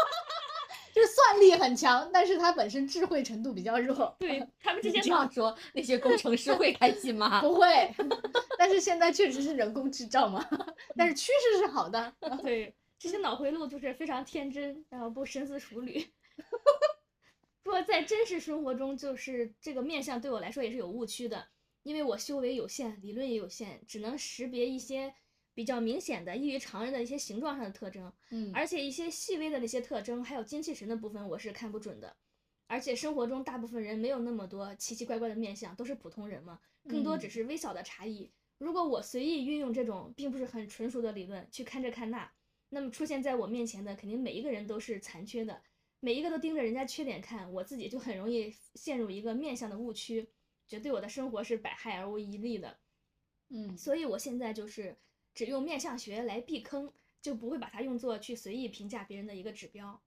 Speaker 2: 就是算力很强，但是他本身智慧程度比较弱，
Speaker 3: 对他们
Speaker 2: 嗯
Speaker 3: 这
Speaker 1: 你
Speaker 3: 些
Speaker 1: 这样说，那些工程师会开心吗？
Speaker 2: 不会。 但是现在确实是人工智障嘛，但是趋势是好 的。
Speaker 3: 对，这些脑回路就是非常天真，然后不深思熟虑。不过在真实生活中，就是这个面相对我来说也是有误区的，因为我修为有限，理论也有限，只能识别一些比较明显的、异于常人的一些形状上的特征，
Speaker 2: 嗯
Speaker 3: 而且一些细微的那些特征，还有精气神的部分，我是看不准的。而且生活中大部分人没有那么多奇奇怪怪的面相，都是普通人嘛，更多只
Speaker 2: 嗯
Speaker 3: 是微小的差异。如果我随意运用这种并不是很纯熟的理论去看这看那，那么出现在我面前的肯定每一个人都是残缺的，每一个都盯着人家缺点看，我自己就很容易陷入一个面相的误区，觉得对我的生活是百害而无一利的。
Speaker 2: 嗯
Speaker 3: 所以我现在就是只用面相学来避坑，就不会把它用作去随意评价别人的一个指标。
Speaker 1: 哦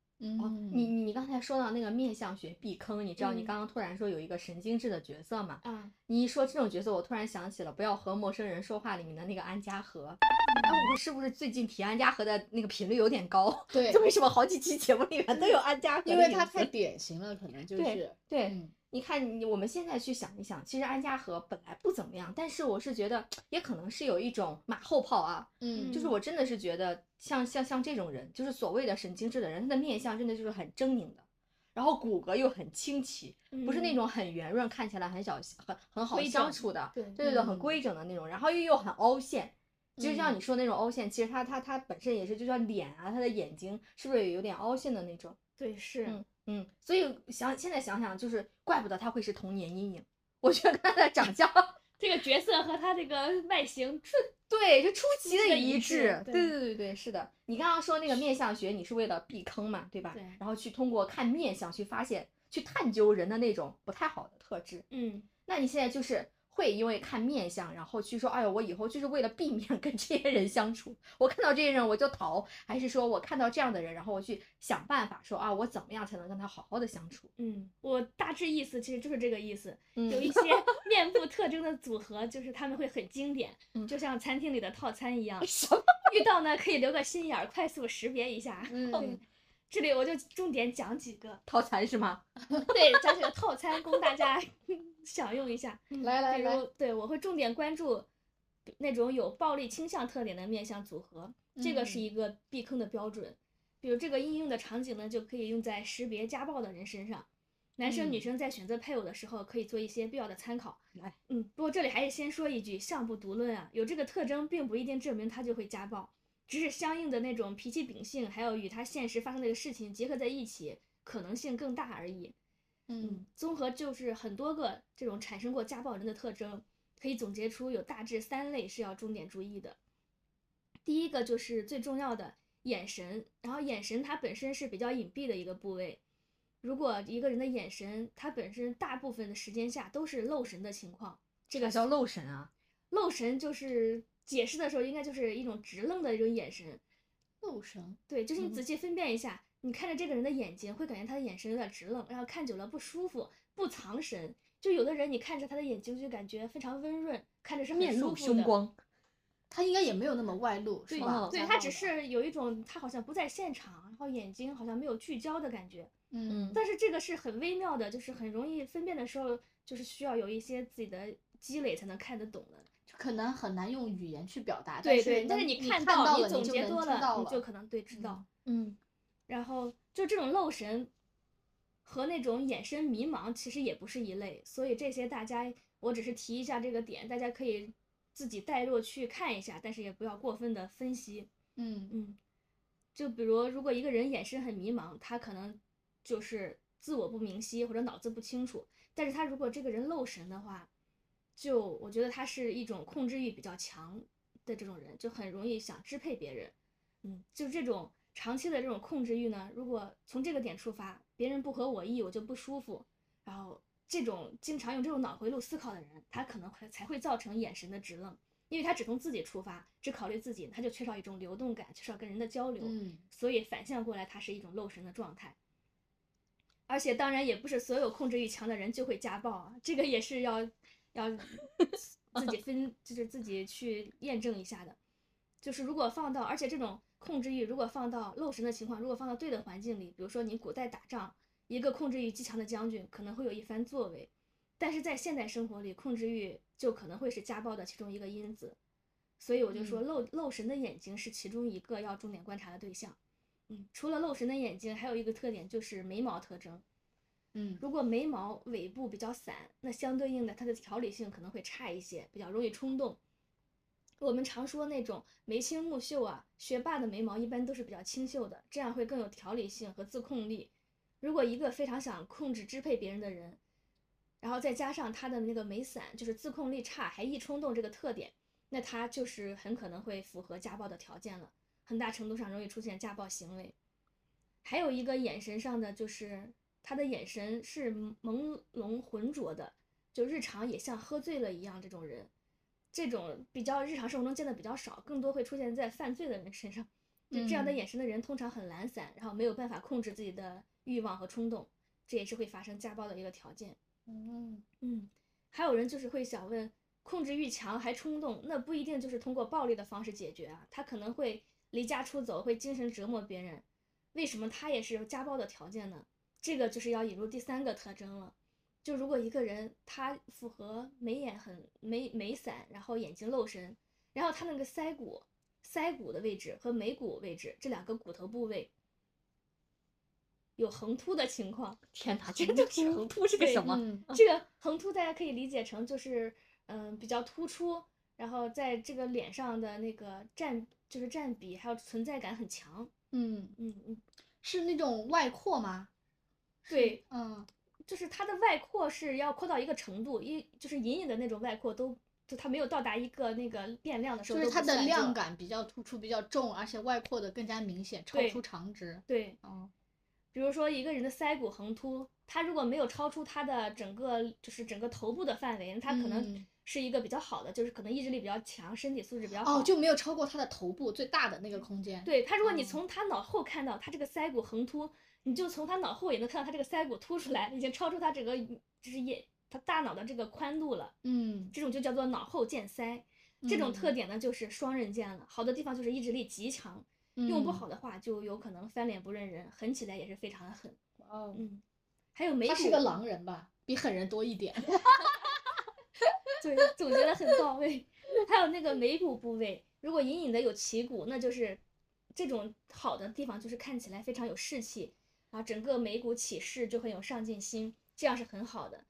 Speaker 2: 嗯，
Speaker 1: 你你你刚才说到那个面相学避坑，你知道你
Speaker 3: 嗯
Speaker 1: 刚刚突然说有一个神经质的角色嘛？
Speaker 3: 啊、
Speaker 1: 你一说这种角色，我突然想起了《不要和陌生人说话》里面的那个安家和。哎，我是不是最近提安家和的那个频率有点高？
Speaker 2: 对
Speaker 1: 就，为什么好几期节目里面都有安家和的
Speaker 2: 因
Speaker 1: 影子？
Speaker 2: 为他太典型了，可能就是
Speaker 1: 对，
Speaker 2: 嗯
Speaker 1: 你看你我们现在去想一想，其实安家和本来不怎么样，但是我是觉得也可能是有一种马后炮啊，
Speaker 2: 嗯
Speaker 1: 就是我真的是觉得像像像这种人，就是所谓的神经质的人，他的面相真的就是很狰狞的，然后骨骼又很清奇，不是
Speaker 3: 嗯
Speaker 1: 那种很圆润，看起来很小很很好
Speaker 3: 规整
Speaker 1: 相处的，
Speaker 3: 对
Speaker 1: 对对对，很
Speaker 2: 嗯
Speaker 1: 规整的那种，然后又又很凹陷。就像
Speaker 2: 嗯
Speaker 1: 你说那种凹陷，其实他他他本身也是，就像脸啊，他的眼睛是不是也有点凹陷的那种？
Speaker 3: 对是。
Speaker 1: 嗯嗯，所以想现在想想，就是怪不得他会是童年阴影。我觉得他的长相，
Speaker 3: 这个角色和他这个外形出
Speaker 1: 对，就出奇
Speaker 3: 出奇
Speaker 1: 的
Speaker 3: 的一
Speaker 1: 一致
Speaker 3: 致。
Speaker 1: 对
Speaker 3: 对
Speaker 1: 对对对，是的。你刚刚说那个面相学，你是为了避坑嘛，对吧？
Speaker 3: 对
Speaker 1: 然后去通过看面相去发现、去探究人的那种不太好的特质。
Speaker 3: 嗯，
Speaker 1: 那你现在就是会因为看面相，然后去说，哎呦，我以后就是为了避免跟这些人相处，我看到这些人我就逃，还是说我看到这样的人，然后我去想办法说啊，我怎么样才能跟他好好的相处？
Speaker 3: 嗯，我大致意思其实就是这个意思，
Speaker 1: 嗯
Speaker 3: 有一 些面部特征的组合，就是他们会很经典，
Speaker 1: 嗯。
Speaker 3: 就像餐厅里的套餐一样
Speaker 1: 什么？
Speaker 3: 遇到呢可以留个心眼儿，快速识别一下。哦
Speaker 2: 嗯
Speaker 3: 这里我就重点讲几 个，
Speaker 1: 套餐是吗？
Speaker 3: 对，讲几个套餐供大家 享用一下。
Speaker 2: 来来
Speaker 3: 比
Speaker 2: 来，
Speaker 3: 如，对我会重点关注那种有暴力倾向特点的面相组合，这个是
Speaker 2: 嗯
Speaker 3: 一个避坑的标准。比如这个应用的场景呢，就可以用在识别家暴的人身上。男生女
Speaker 2: 嗯
Speaker 3: 生在选择配偶的时候，可以做一些必要的参考。
Speaker 1: 来，
Speaker 3: 嗯，不过这里还是先说一句，相不独论啊，有这个特征并不一定证明他就会家暴，只是相应的那种脾气秉性，还有与他现实发生的事情结合在一起，可能性更大而已。
Speaker 2: 嗯
Speaker 3: 嗯，综合就是很多个这种产生过家暴人的特征，可以总结出有大致三类是要重点注意的。第一个就是最重要的，眼神，然后眼神它本身是比较隐蔽的一个部位。如果一个人的眼神，它本身大部分的时间下都是漏神的情况，
Speaker 1: 这个叫漏神啊，
Speaker 3: 漏神就是解释的时候应该就是一种直愣的一种眼神。
Speaker 2: 漏神，
Speaker 3: 对，就是你
Speaker 2: 嗯
Speaker 3: 仔细分辨一下，你看着这个人的眼睛，会感觉他的眼神有点直愣，然后看久了不舒服，不藏神。就有的人你看着他的眼睛就感觉非常温润，看着是很
Speaker 1: 面
Speaker 3: 舒
Speaker 1: 露
Speaker 3: 服
Speaker 1: 凶
Speaker 3: 的。
Speaker 1: 光，哦
Speaker 2: 他应该也没有那么外露，是
Speaker 3: 对
Speaker 2: 吧？
Speaker 3: 对
Speaker 2: 在
Speaker 3: 他
Speaker 2: 外
Speaker 3: 只
Speaker 2: 面
Speaker 3: 是有一种他好像不在现场，然后眼睛好像没有聚焦的感觉。
Speaker 2: 嗯，
Speaker 3: 但是这个是很微妙的，就是很容易分辨的时候，就是需要有一些自己的积累才能看得懂的。
Speaker 2: 就可能很难用语言去表达。
Speaker 3: 对
Speaker 2: 是
Speaker 3: 对，
Speaker 2: 能
Speaker 3: 但是
Speaker 2: 你
Speaker 3: 看
Speaker 2: 到，
Speaker 3: 到，
Speaker 2: 了，
Speaker 3: 总结
Speaker 2: 就
Speaker 3: 多
Speaker 2: 能知道
Speaker 3: 了，
Speaker 2: 了，
Speaker 3: 你就可能对知道。
Speaker 1: 嗯，
Speaker 3: 然后就这种漏神和那种眼神迷茫其实也不是一类，所以这些大家我只是提一下这个点，大家可以自己带入去看一下，但是也不要过分的分析。
Speaker 2: 嗯
Speaker 3: 嗯，就比如如果一个人眼神很迷茫，他可能就是自我不明晰或者脑子不清楚，但是他如果这个人漏神的话，就我觉得他是一种控制欲比较强的这种人，就很容易想支配别人。嗯，就这种长期的这种控制欲呢，如果从这个点出发，别人不合我意，我就不舒服，然后。这种经常用这种脑回路思考的人，他可能会才会造成眼神的直愣，因为他只从自己出发，只考虑自己，他就缺少一种流动感，缺少跟人的交流，
Speaker 2: 嗯，
Speaker 3: 所以反向过来，它是一种漏神的状态。而且当然也不是所有控制欲强的人就会家暴啊，这个也是要要 自己分，就是自己去验证一下的。就是如果放到，而且这种控制欲如果放到漏神的情况，如果放到对的环境里，比如说你古代打仗，一个控制欲极强的将军可能会有一番作为，但是在现代生活里，控制欲就可能会是家暴的其中一个因子。所以我就说
Speaker 2: 嗯
Speaker 3: 漏漏神的眼睛是其中一个要重点观察的对象。嗯，除了漏神的眼睛，还有一个特点就是眉毛特征。
Speaker 2: 嗯
Speaker 3: 如果眉毛尾部比较散，那相对应的它的条理性可能会差一些，比较容易冲动。我们常说那种眉清目秀啊，学霸的眉毛一般都是比较清秀的，这样会更有条理性和自控力。如果一个非常想控制支配别人的人，然后再加上他的那个眉散，就是自控力差还易冲动这个特点，那他就是很可能会符合家暴的条件了，很大程度上容易出现家暴行为。还有一个眼神上的，就是他的眼神是朦胧浑浊的，就日常也像喝醉了一样。这种人，这种比较日常生活中见的比较少，更多会出现在犯罪的人身上。就这样的
Speaker 2: 嗯
Speaker 3: 眼神的人，通常很懒散，然后没有办法控制自己的欲望和冲动，这也是会发生家暴的一个条件。
Speaker 2: 嗯
Speaker 3: 嗯，还有人就是会想问，控制欲强还冲动，那不一定就是通过暴力的方式解决啊，他可能会离家出走，会精神折磨别人，为什么他也是有家暴的条件呢？这个就是要引入第三个特征了。就如果一个人他符合眉眼很眉眉散，然后眼睛漏神，然后他那个腮骨腮骨的位置和眉骨位置这两个骨头部位有横突的情况，
Speaker 1: 天哪，这
Speaker 3: 这
Speaker 1: 就
Speaker 3: 就是横
Speaker 1: 横突是个
Speaker 3: 对
Speaker 1: 什么？
Speaker 2: 嗯
Speaker 3: 这个横突大家可以理解成就是，嗯，比较突出，然后在这个脸上的那个占就是占比还有存在感很强。
Speaker 2: 嗯，
Speaker 3: 嗯嗯，
Speaker 2: 是那种外扩吗？
Speaker 3: 对，
Speaker 2: 嗯
Speaker 3: 就是它的外扩是要扩到一个程度，一就是隐隐的那种外扩都就它没有到达一个那个变量的时
Speaker 2: 就
Speaker 3: 候，
Speaker 2: 是它的量
Speaker 3: 感。
Speaker 2: 感比较突出，比较重，而且外扩的更加明显，超
Speaker 3: 对
Speaker 2: 出常值。
Speaker 3: 对，
Speaker 2: 哦，
Speaker 3: 比如说一个人的腮骨横突，他如果没有超出他的整个就是整个头部的范围，他可能
Speaker 2: 嗯
Speaker 3: 是一个比较好的，就是可能意志力比较强，身体素质比较好。
Speaker 2: 哦，就没有超过它的头部最大的那个空间。，
Speaker 3: 啊嗯对他，如果你
Speaker 2: 哦
Speaker 3: 从他脑后看到他这个腮骨横突，你就从他脑后也能看到他这个腮骨凸出来，已经超出他整个就是眼他大脑的这个宽度了。
Speaker 2: 嗯，
Speaker 3: 这种就叫做脑后见腮。这种特
Speaker 2: 嗯
Speaker 3: 点呢，就是双刃剑了。好的地方就是意志力极强，用不
Speaker 2: 嗯
Speaker 3: 好。的话就有可能翻脸不认人，狠起来也是非常的狠。
Speaker 2: 哦，
Speaker 3: 嗯，还有眉
Speaker 2: 他
Speaker 3: 骨，
Speaker 2: 是个狼人吧？比狠人多一 点。
Speaker 3: 对，总结的很到位。还有那个眉骨部位，如果隐隐的有旗鼓，那就是这种好的地方，就是看起来非常有士气，然后整个眉骨起势就很有上进心，这样是很好的。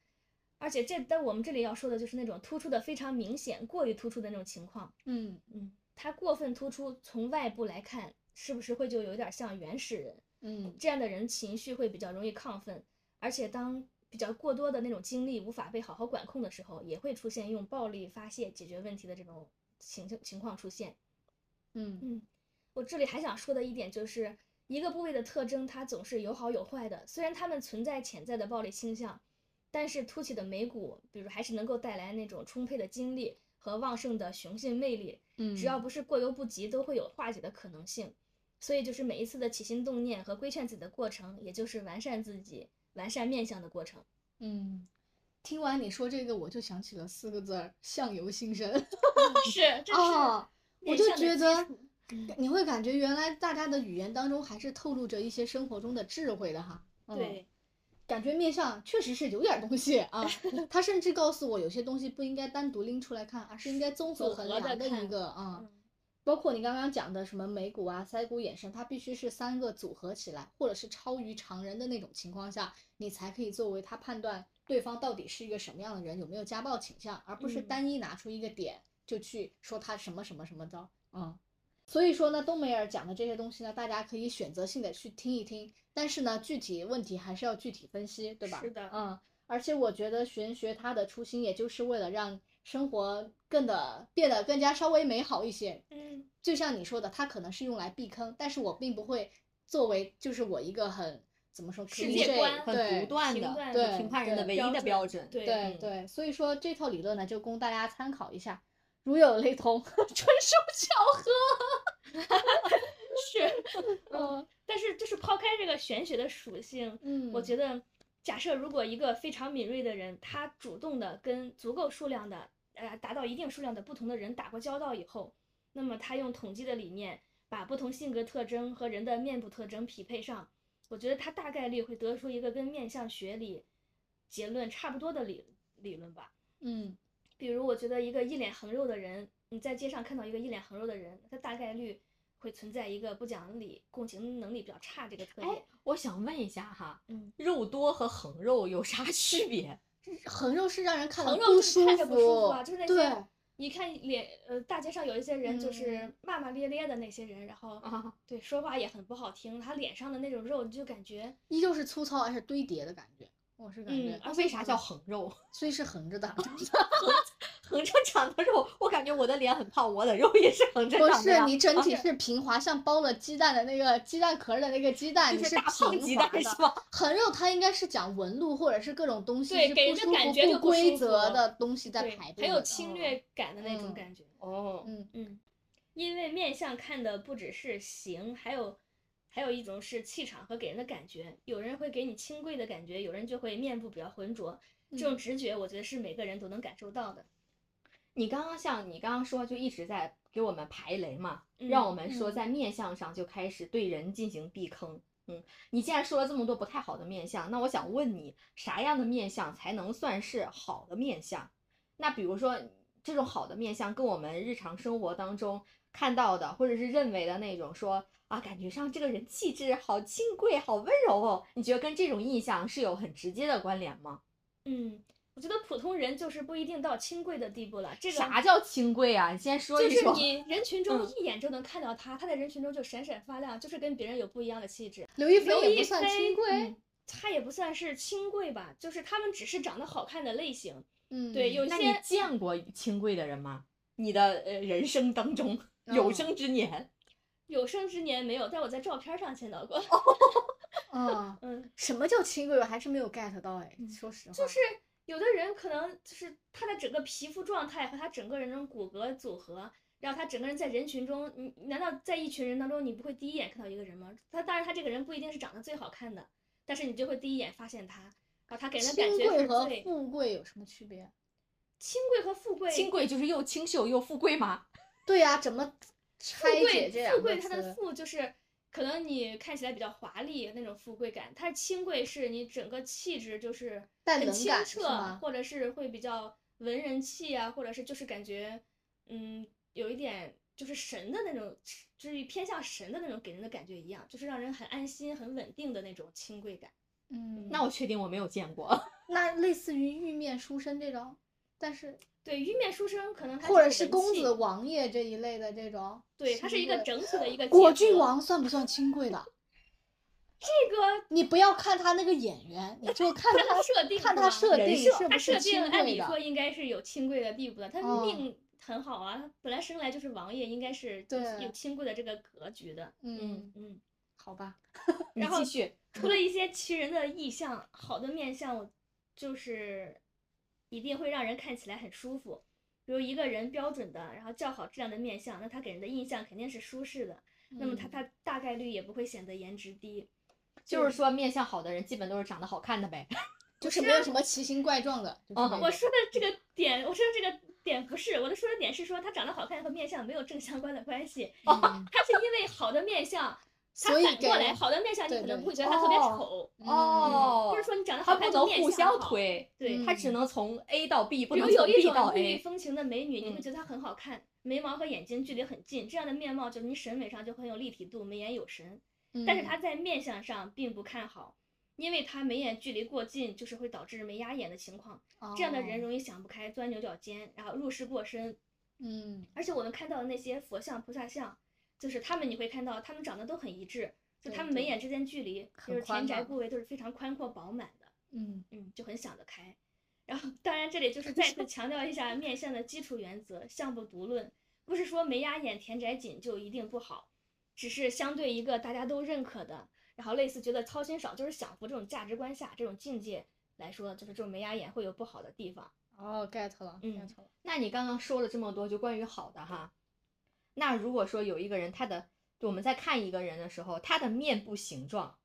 Speaker 3: 而且这，但我们这里要说的就是那种突出的非常明显、过于突出的那种情况。
Speaker 2: 嗯
Speaker 3: 嗯，它过分突出，从外部来看，是不是会就有点像原始人？
Speaker 2: 嗯
Speaker 3: 这样的人情绪会比较容易亢奋，而且当比较过多的那种精力无法被好好管控的时候，也会出现用暴力发泄解决问题的这种情情况出现。
Speaker 2: 嗯
Speaker 3: 嗯，我这里还想说的一点就是，一个部位的特征它总是有好有坏的，虽然它们存在潜在的暴力倾向，但是凸起的眉骨，比如还是能够带来那种充沛的精力和旺盛的雄性魅力，
Speaker 2: 嗯
Speaker 3: 只要不是过犹不及，都会有化解的可能性。所以就是每一次的起心动念和规劝自己的过程，也就是完善自己、完善面相的过程。
Speaker 2: 嗯，听完你说这个，我就想起了四个字儿：相由心生。
Speaker 3: 是，这
Speaker 2: 哦，我
Speaker 3: 面
Speaker 2: 就
Speaker 3: 相的
Speaker 2: 觉
Speaker 3: 基
Speaker 2: 得
Speaker 3: 础嗯
Speaker 2: 你会感觉原来大家的语言当中还是透露着一些生活中的智慧的哈。嗯、
Speaker 3: 对，
Speaker 2: 感觉面相确实是有点东西 啊。他甚至告诉我，有些东西不应该单独拎出来看，而是应该综合
Speaker 3: 混
Speaker 2: 衡
Speaker 3: 合地
Speaker 2: 量的一
Speaker 3: 看
Speaker 2: 个啊。
Speaker 3: 嗯
Speaker 2: 包括你刚刚讲的什么眉骨啊、腮骨、眼神，它必须是三个组合起来，或者是超于常人的那种情况下，你才可以作为他判断对方到底是一个什么样的人，有没有家暴倾向，而不是
Speaker 3: 嗯
Speaker 2: 单一拿出一个点就去说他什么什么什么的。嗯，所以说呢，冬梅尔讲的这些东西呢，大家可以选择性的去听一听，但是呢，具体问题还是要具体分析，对吧？
Speaker 3: 是的
Speaker 2: 嗯，而且我觉得玄学它的初心也就是为了让生活更的变得更加稍微美好一些。
Speaker 3: 嗯，
Speaker 2: 就像你说的，它可能是用来避坑，但是我并不会作为就是我一个很怎么说
Speaker 3: 世
Speaker 2: cliché，
Speaker 3: 界观
Speaker 1: 很
Speaker 2: 对
Speaker 1: 独断
Speaker 3: 评
Speaker 1: 的
Speaker 3: 断
Speaker 2: 对
Speaker 1: 评判人的
Speaker 2: 对
Speaker 1: 唯一的标准
Speaker 3: 准，。对
Speaker 2: 对
Speaker 1: 嗯
Speaker 2: 对，所以说这套理论呢，就供大家参考一下。如有雷同， 纯属巧合。
Speaker 3: 是，嗯，但是就是抛开这个玄学的属性，
Speaker 2: 嗯
Speaker 3: 我觉得，假设如果一个非常敏锐的人，他主动的跟足够数量的，呃，达到一定数量的不同的人打过交道以后，那么他用统计的理念把不同性格特征和人的面部特征匹配上，我觉得他大概率会得出一个跟面相学里结论差不多的理理论吧。
Speaker 2: 嗯
Speaker 3: 比如，我觉得一个一脸横肉的人，你在街上看到一个一脸横肉的人，他大概率会存在一个不讲理、共情能力比较差这个特
Speaker 1: 哎
Speaker 3: 点。，
Speaker 1: 我想问一下哈，
Speaker 3: 嗯，
Speaker 1: 肉多和横肉有啥区 别？
Speaker 2: 横肉是让人看着
Speaker 3: 横肉就是
Speaker 2: 舒
Speaker 3: 看着不舒服啊，就是那
Speaker 2: 对
Speaker 3: 些，你看脸呃大街上有一些人就是
Speaker 2: 嗯
Speaker 3: 骂骂咧咧的那些人，然后
Speaker 1: 啊，
Speaker 3: 对说话也很不好听，他脸上的那种肉你就感觉
Speaker 2: 依旧是粗糙，而且堆叠的感觉。我是感觉
Speaker 3: 嗯，
Speaker 1: 那为啥叫横肉？
Speaker 2: 所以是横着 的。
Speaker 1: 横着长的肉，我感觉我的脸很胖，我的肉也是横着
Speaker 2: 不
Speaker 1: 长的呀。
Speaker 2: 是，你整
Speaker 3: 哦
Speaker 2: 体
Speaker 1: 啊
Speaker 2: 是平滑，像包了鸡蛋的那个鸡蛋壳儿的那个鸡蛋，
Speaker 1: 就
Speaker 2: 你
Speaker 1: 是
Speaker 2: 是
Speaker 1: 大胖
Speaker 2: 平
Speaker 1: 鸡
Speaker 2: 滑的
Speaker 1: 蛋是。吗？
Speaker 2: 横肉它应该是讲纹路或者是各种东西
Speaker 3: 对
Speaker 2: 是
Speaker 3: 给
Speaker 2: 不
Speaker 3: 人的
Speaker 2: 舒服、
Speaker 3: 感觉就
Speaker 2: 不
Speaker 3: 不舒
Speaker 2: 规
Speaker 3: 服
Speaker 2: 则的东西在
Speaker 3: 对
Speaker 2: 排布
Speaker 3: 很有
Speaker 2: 的
Speaker 3: 侵略感的那种
Speaker 2: 嗯
Speaker 3: 感觉。
Speaker 1: 哦，
Speaker 2: 嗯
Speaker 3: 嗯，因为面相看的不只是形，还有还有一种是气场和给人的感觉。有人会给你清贵的感觉，有人就会面部比较浑浊。这种
Speaker 2: 嗯
Speaker 3: 直觉，我觉得是每个人都能感受到的。
Speaker 1: 你刚刚像你刚刚说，就一直在给我们排雷嘛，让我
Speaker 3: 嗯
Speaker 1: 们说
Speaker 2: 嗯
Speaker 1: 在面相上就开始对人进行避坑。嗯，你既然说了这么多不太好的面相，那我想问你，啥样的面相才能算是好的面相？那比如说这种好的面相，跟我们日常生活当中看到的或者是认为的那种说啊，感觉上这个人气质好清贵、好温柔哦，你觉得跟这种印象是有很直接的关联吗？
Speaker 3: 嗯，我觉得普通人就是不一定到清贵的地步了。这个
Speaker 1: 啥叫清贵啊？你先说
Speaker 3: 就
Speaker 1: 一
Speaker 3: 是
Speaker 1: 说。
Speaker 3: 你人群中
Speaker 1: 嗯
Speaker 3: 一眼就能看到他，他在人群中就闪闪发亮，就是跟别人有不一样的气质。
Speaker 2: 刘亦菲
Speaker 3: 刘
Speaker 2: 也
Speaker 3: 亦
Speaker 2: 不算
Speaker 3: 菲
Speaker 2: 清贵
Speaker 3: 嗯，她也不算是清贵吧，就是他们只是长得好看的类型。
Speaker 2: 嗯，
Speaker 3: 对有
Speaker 1: 那你
Speaker 3: 些
Speaker 1: 见过清贵的人吗？你的呃人生当中有
Speaker 2: 嗯
Speaker 1: 生之年，
Speaker 3: 有生之年没有，但我在照片上见到过。
Speaker 2: 哦啊，
Speaker 3: 嗯，
Speaker 2: 什么叫清贵？我还是没有 get 到哎，
Speaker 3: 嗯
Speaker 2: 说实话，
Speaker 3: 就是有的人可能就是他的整个皮肤状态和他整个人的骨骼组合，让他整个人在人群中，你难道在一群人当中你不会第一眼看到一个人吗？他当然他这个人不一定是长得最好看的，但是你就会第一眼发现他，然后他给人的感
Speaker 2: 清
Speaker 3: 觉
Speaker 2: 贵
Speaker 3: 是
Speaker 2: 和
Speaker 3: 最
Speaker 2: 富贵有什么区别？
Speaker 3: 清贵和富贵，
Speaker 1: 清贵就是又清秀又富贵吗？
Speaker 2: 对呀，怎么
Speaker 3: 富
Speaker 2: 拆解
Speaker 3: 贵
Speaker 2: 这两个
Speaker 3: 富贵它的
Speaker 2: 词？
Speaker 3: 富就是。可能你看起来比较华丽那种富贵感，它清贵是你整个气质就是
Speaker 2: 带
Speaker 3: 很
Speaker 2: 棱
Speaker 3: 清
Speaker 2: 感是
Speaker 3: 澈
Speaker 2: 吗，
Speaker 3: 或者是会比较文人气啊，或者是就是感觉，嗯，有一点就是神的那种，就是偏向神的那种给人的感觉一样，就是让人很安心、很稳定的那种清贵感。
Speaker 2: 嗯，
Speaker 1: 那我确定我没有见过。
Speaker 2: 那类似于玉面书生这种，但是
Speaker 3: 对，玉面书生可能他
Speaker 2: 或者是公子
Speaker 3: 王，
Speaker 2: 王爷这一类的这种，
Speaker 3: 对，它是一个整体的一个
Speaker 2: 果
Speaker 3: 结
Speaker 2: 郡
Speaker 3: 合。
Speaker 2: 王算不算清贵的？
Speaker 3: 这个
Speaker 2: 你不要看他那个演员，你就看
Speaker 3: 看他
Speaker 2: 他
Speaker 3: 设定
Speaker 2: 看
Speaker 3: 是
Speaker 2: 他
Speaker 3: 吧
Speaker 2: 设
Speaker 1: 人
Speaker 2: 定
Speaker 1: 设
Speaker 2: 是
Speaker 3: 他
Speaker 2: 不是
Speaker 3: 设定
Speaker 2: 清
Speaker 3: 按
Speaker 2: 贵
Speaker 3: 理说
Speaker 2: 的。
Speaker 3: 应该是有清贵的地步的，他
Speaker 2: 哦
Speaker 3: 命很好啊，本来生来就是王爷，应该是
Speaker 2: 对
Speaker 3: 有亲贵的这个格局的。
Speaker 2: 嗯，
Speaker 3: 嗯，
Speaker 2: 好吧，
Speaker 1: 你
Speaker 3: 然后
Speaker 1: 继续，
Speaker 3: 除了一些奇人的意象，好的面相就是一定会让人看起来很舒服。比如一个人标准的，然后较好质量的面相，那他给人的印象肯定是舒适的，那
Speaker 2: 嗯
Speaker 3: 么他他大概率也不会显得颜值低。
Speaker 1: 就是说面相好的人基本都是长得好看的呗。
Speaker 2: 就是没有什么奇形怪状的。就是
Speaker 1: 哦
Speaker 2: 那
Speaker 3: 我
Speaker 2: 种
Speaker 3: 说的这个点，我说的这个点不是我的说的点是说他长得好看和面相没有正相关的关系，
Speaker 2: 嗯
Speaker 3: 他是因为好的面相，哦他
Speaker 2: 所以
Speaker 3: 反过
Speaker 2: 给
Speaker 3: 来
Speaker 2: 人
Speaker 3: 好的面相你
Speaker 2: 对
Speaker 3: 可能
Speaker 2: 对
Speaker 3: 不会觉得他特别
Speaker 1: 哦
Speaker 3: 丑，
Speaker 1: 哦
Speaker 3: 不是说你长得
Speaker 1: 他
Speaker 3: 好
Speaker 1: 不
Speaker 3: 看
Speaker 1: 能
Speaker 3: 就
Speaker 1: 互
Speaker 3: 面
Speaker 1: 相
Speaker 3: 相好。
Speaker 1: 推，嗯
Speaker 3: 对，
Speaker 1: 他只能从 A 到 B，不
Speaker 3: 比如
Speaker 1: 能从
Speaker 3: 有一
Speaker 1: B
Speaker 3: 种
Speaker 1: 到
Speaker 3: 沐浴
Speaker 1: A。
Speaker 3: 风情的美女，你会
Speaker 1: 嗯
Speaker 3: 觉得她很好看，眉毛和眼睛距离很近，这样的面貌就是你审美上就很有立体度，眉眼有神。
Speaker 2: 嗯
Speaker 3: 但是她在面相上并不看好，因为她眉眼距离过近，就是会导致眉压眼的情况。这样的人
Speaker 2: 哦
Speaker 3: 容易想不开，钻牛角尖，然后入世过深。
Speaker 2: 嗯
Speaker 3: 而且我们看到的那些佛像、菩萨像，就是他们你会看到，他们长得都很一致，就
Speaker 2: 对
Speaker 3: 他们眉
Speaker 2: 对
Speaker 3: 眼之间距离，
Speaker 2: 很
Speaker 3: 就是
Speaker 2: 宽
Speaker 3: 田宅
Speaker 2: 嘛
Speaker 3: 部位都是非常宽阔饱满的。
Speaker 2: 嗯
Speaker 3: 嗯，就很想得开。然后，当然这 里就是再次强调一下面相的基础原则，相不独论，不是说眉压眼、田宅紧就一定不好，只是相对一个大家都认可的，然后类似觉得操心少就是享福这种价值观下，这种境界来说，就是这种眉压眼会有不好的地方。
Speaker 2: 哦 get 了
Speaker 3: 嗯
Speaker 2: get 了，
Speaker 1: 那你刚刚说了这么多，就关于好的哈。那如果说有一个人，他的就我们在看一个人的时候，他的面部形状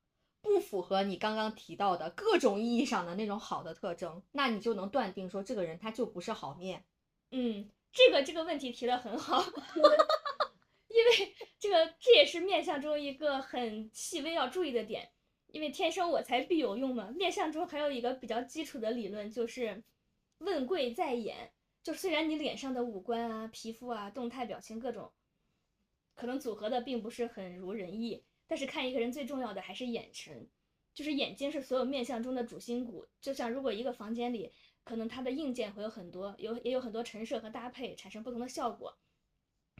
Speaker 1: 不符合你刚刚提到的各种意义上的那种好的特征，那你就能断定说这个人他就不是好面。
Speaker 3: 嗯，这个这个问题提得很好， 因为这个这也是面相中一个很细微要注意的点，因为天生我材必有用嘛。面相中还有一个比较基础的理论就是问贵在眼，就虽然你脸上的五官啊、皮肤啊、动态表情各种，可能组合的并不是很如人意，但是看一个人最重要的还是眼神。就是眼睛是所有面相中的主心骨，就像如果一个房间里可能它的硬件会有很多，有也有很多陈设和搭配，产生不同的效果。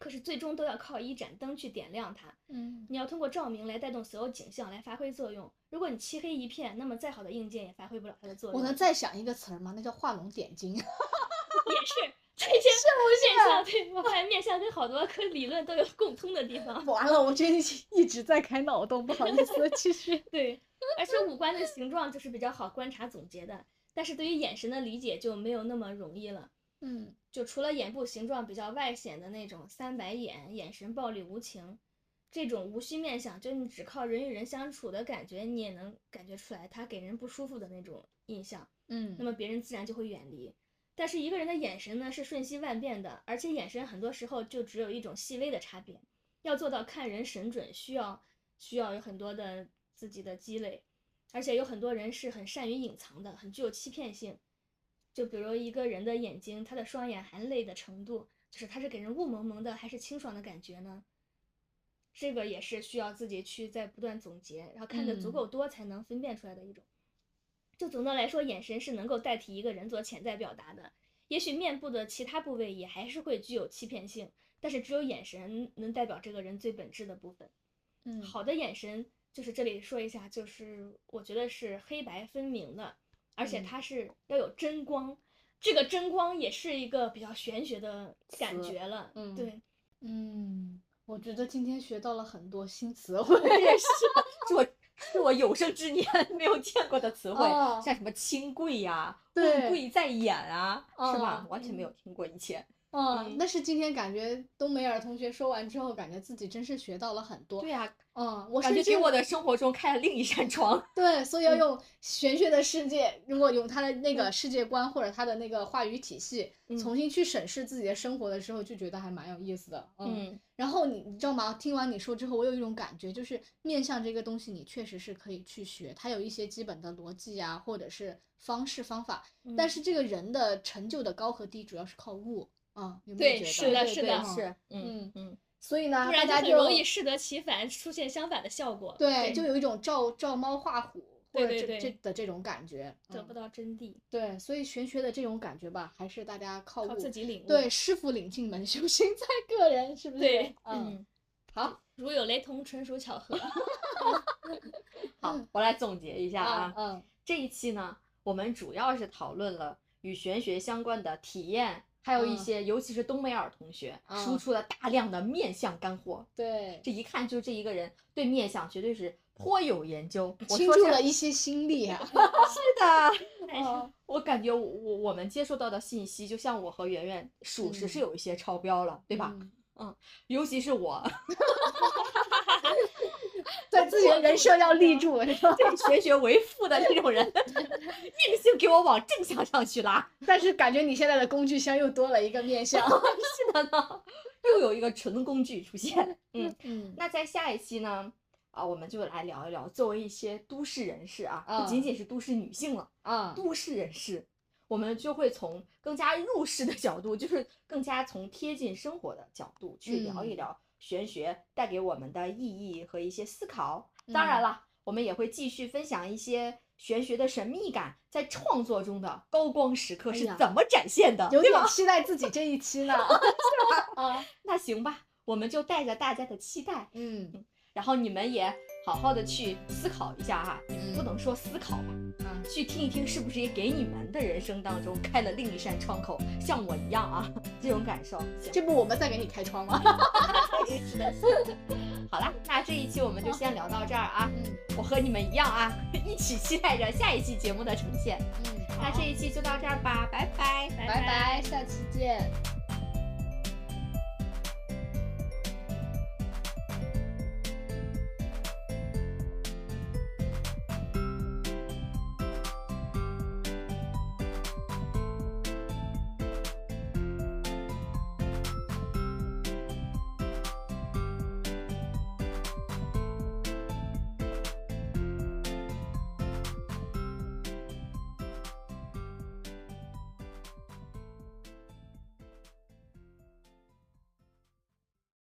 Speaker 3: 可是最终都要靠一盏灯去点亮它，
Speaker 2: 嗯
Speaker 3: 你要通过照明来带动所有景象来发挥作用。如果你漆黑一片，那么再好的硬件也发挥不了它的作用。
Speaker 2: 我能再想一个词儿吗？那叫画龙点睛，
Speaker 3: 也是这些面相，对我发现面相跟好多科理论都有共通的地方。
Speaker 2: 完了，我最近一直在开脑洞，不好意思，其 实
Speaker 3: 对，而且五官的形状就是比较好观察总结的，但是对于眼神的理解就没有那么容易了。
Speaker 2: 嗯
Speaker 3: 就除了眼部形状比较外显的那种三白眼、眼神暴力无情，这种无需面相，就你只靠人与人相处的感觉，你也能感觉出来他给人不舒服的那种印象，
Speaker 2: 嗯
Speaker 3: 那么别人自然就会远离。但是一个人的眼神呢是瞬息万变的，而且眼神很多时候就只有一种细微的差别，要做到看人神准，需要需要有很多的自己的积累，而且有很多人是很善于隐藏的，很具有欺骗性。就比如一个人的眼睛，他的双眼含泪的程度，就是他是给人雾蒙蒙的，还是清爽的感觉呢？这个也是需要自己去在不断总结，然后看的足
Speaker 2: 嗯
Speaker 3: 够多才能分辨出来的一种。就总的来说，眼神是能够代替一个人做潜在表达的。也许面部的其他部位也还是会具有欺骗性，但是只有眼神能代表这个人最本质的部分。
Speaker 2: 嗯
Speaker 3: 好的眼神，就是这里说一下，就是我觉得是黑白分明的，而且
Speaker 2: 嗯
Speaker 3: 它是要有真光，这个真光也是一个比较玄学的感
Speaker 1: 词
Speaker 3: 觉了。
Speaker 1: 嗯
Speaker 3: 对，
Speaker 2: 嗯，我觉得今天学到了很多新词 汇。
Speaker 1: 也是，是我是我有生之年 没有见过的词汇，
Speaker 2: 哦
Speaker 1: 像什么亲贵呀、
Speaker 2: 对
Speaker 1: 问贵在眼啊，是吧
Speaker 2: 哦？
Speaker 1: 完全没有听过以前。
Speaker 2: 嗯
Speaker 1: 嗯，
Speaker 2: 但是今天感觉东梅尔同学说完之后，感觉自己真是学到了很多
Speaker 1: 对。呀、
Speaker 2: 嗯，
Speaker 1: 我
Speaker 2: 我
Speaker 1: 感
Speaker 2: 甚
Speaker 1: 觉
Speaker 2: 至
Speaker 1: 给我嗯的生活中开了另一扇窗。
Speaker 2: 对，所以要用玄学的世界，如果用他的那个世界观或者他的那个话语体系，
Speaker 1: 嗯
Speaker 2: 重新去审视自己的生活的时候，就觉得还蛮有意思的。嗯，然后你你知道吗？听完你说之后，我有一种感觉，就是面相这个东西，你确实是可以去学，它有一些基本的逻辑啊，或者是方式方法。但
Speaker 3: 嗯
Speaker 2: 是这个人的成就的高和低，主要是靠悟啊，有没有
Speaker 3: 对
Speaker 2: 觉得？
Speaker 3: 是的
Speaker 1: 对
Speaker 3: 是
Speaker 1: 对
Speaker 3: 的
Speaker 1: 是，嗯
Speaker 2: 嗯
Speaker 1: 嗯，
Speaker 2: 所以呢，
Speaker 3: 不然
Speaker 2: 大家
Speaker 3: 很
Speaker 2: 就
Speaker 3: 容易适得其反，出现相反的效果。
Speaker 2: 对，
Speaker 3: 对
Speaker 2: 就有一种照照猫画虎或
Speaker 3: 对
Speaker 2: 者这
Speaker 3: 对对
Speaker 2: 这的这种感觉，
Speaker 3: 得不
Speaker 2: 嗯
Speaker 3: 到真谛，
Speaker 2: 对，所以玄学的这种感觉吧，还是大家靠
Speaker 3: 靠
Speaker 2: 悟，
Speaker 3: 自己领悟。
Speaker 2: 嗯对，，师傅领进门，修行在个人，是不是？
Speaker 3: 对，
Speaker 2: 嗯，好
Speaker 3: 如有雷同，纯 属巧合。
Speaker 1: 好，我来总结一下啊，
Speaker 2: 嗯
Speaker 1: 这一期呢，我们主要是讨论了与玄学相关的体验、还有一
Speaker 2: 嗯
Speaker 1: 些，尤其是东北尔同学，输
Speaker 2: 嗯
Speaker 1: 出了大量的面相干货。
Speaker 2: 对，
Speaker 1: 这一看就这一个人对面相绝对是颇有研究。我
Speaker 2: 倾
Speaker 1: 说
Speaker 2: 注
Speaker 1: 这
Speaker 2: 嗯了一些心力 啊。
Speaker 1: 是的，
Speaker 3: 但
Speaker 2: 哦
Speaker 3: 是
Speaker 1: 我感觉我我我们接受到的信息，就像我和圆圆属实是有一些超标了，对吧？
Speaker 2: 嗯？
Speaker 1: 尤其是我
Speaker 2: 在自己的人设要立住，是吧？
Speaker 1: 对玄学为负的那种人，硬性给我往正向上去拉。
Speaker 2: 但是感觉你现在的工具箱又多了一个面向。
Speaker 1: 是的呢，又有一个纯工具出现。嗯，
Speaker 2: 嗯
Speaker 1: 那在下一期呢，啊，我们就来聊一聊作为一些都市人士啊，
Speaker 2: 啊
Speaker 1: 不仅仅是都市女性了，
Speaker 2: 啊，
Speaker 1: 都市人士，我们就会从更加入世的角度，就是更加从贴近生活的角度去聊一
Speaker 2: 嗯
Speaker 1: 聊玄学带给我们的意义和一些思考。当然
Speaker 2: 嗯
Speaker 1: 了，我们也会继续分享一些。玄学的神秘感在创作中的高光时刻
Speaker 2: 哎
Speaker 1: 是
Speaker 2: 呀
Speaker 1: 怎么展现的，
Speaker 2: 有
Speaker 1: 对吧
Speaker 2: 点？期待自己这一 期呢。啊，
Speaker 1: 那行吧，我们就带着大家的期待，
Speaker 2: 嗯
Speaker 1: 然后你们也好好的去思考一下哈、你们不
Speaker 2: 嗯
Speaker 1: 能说思考吧，
Speaker 2: 啊，
Speaker 1: 去听一听是不是也给你们的人生当中开了另一扇窗口，像我一样啊，这种感受。行
Speaker 2: 这不我们再给你开窗吗？
Speaker 1: 好啦，那这一期我们就先聊到这儿啊，
Speaker 2: 嗯
Speaker 1: 我和你们一样啊， 一起期待着下一期节目的呈现。
Speaker 2: 嗯，
Speaker 1: 那这一期就到这儿吧，拜拜。
Speaker 3: 拜
Speaker 2: 拜拜，下期见。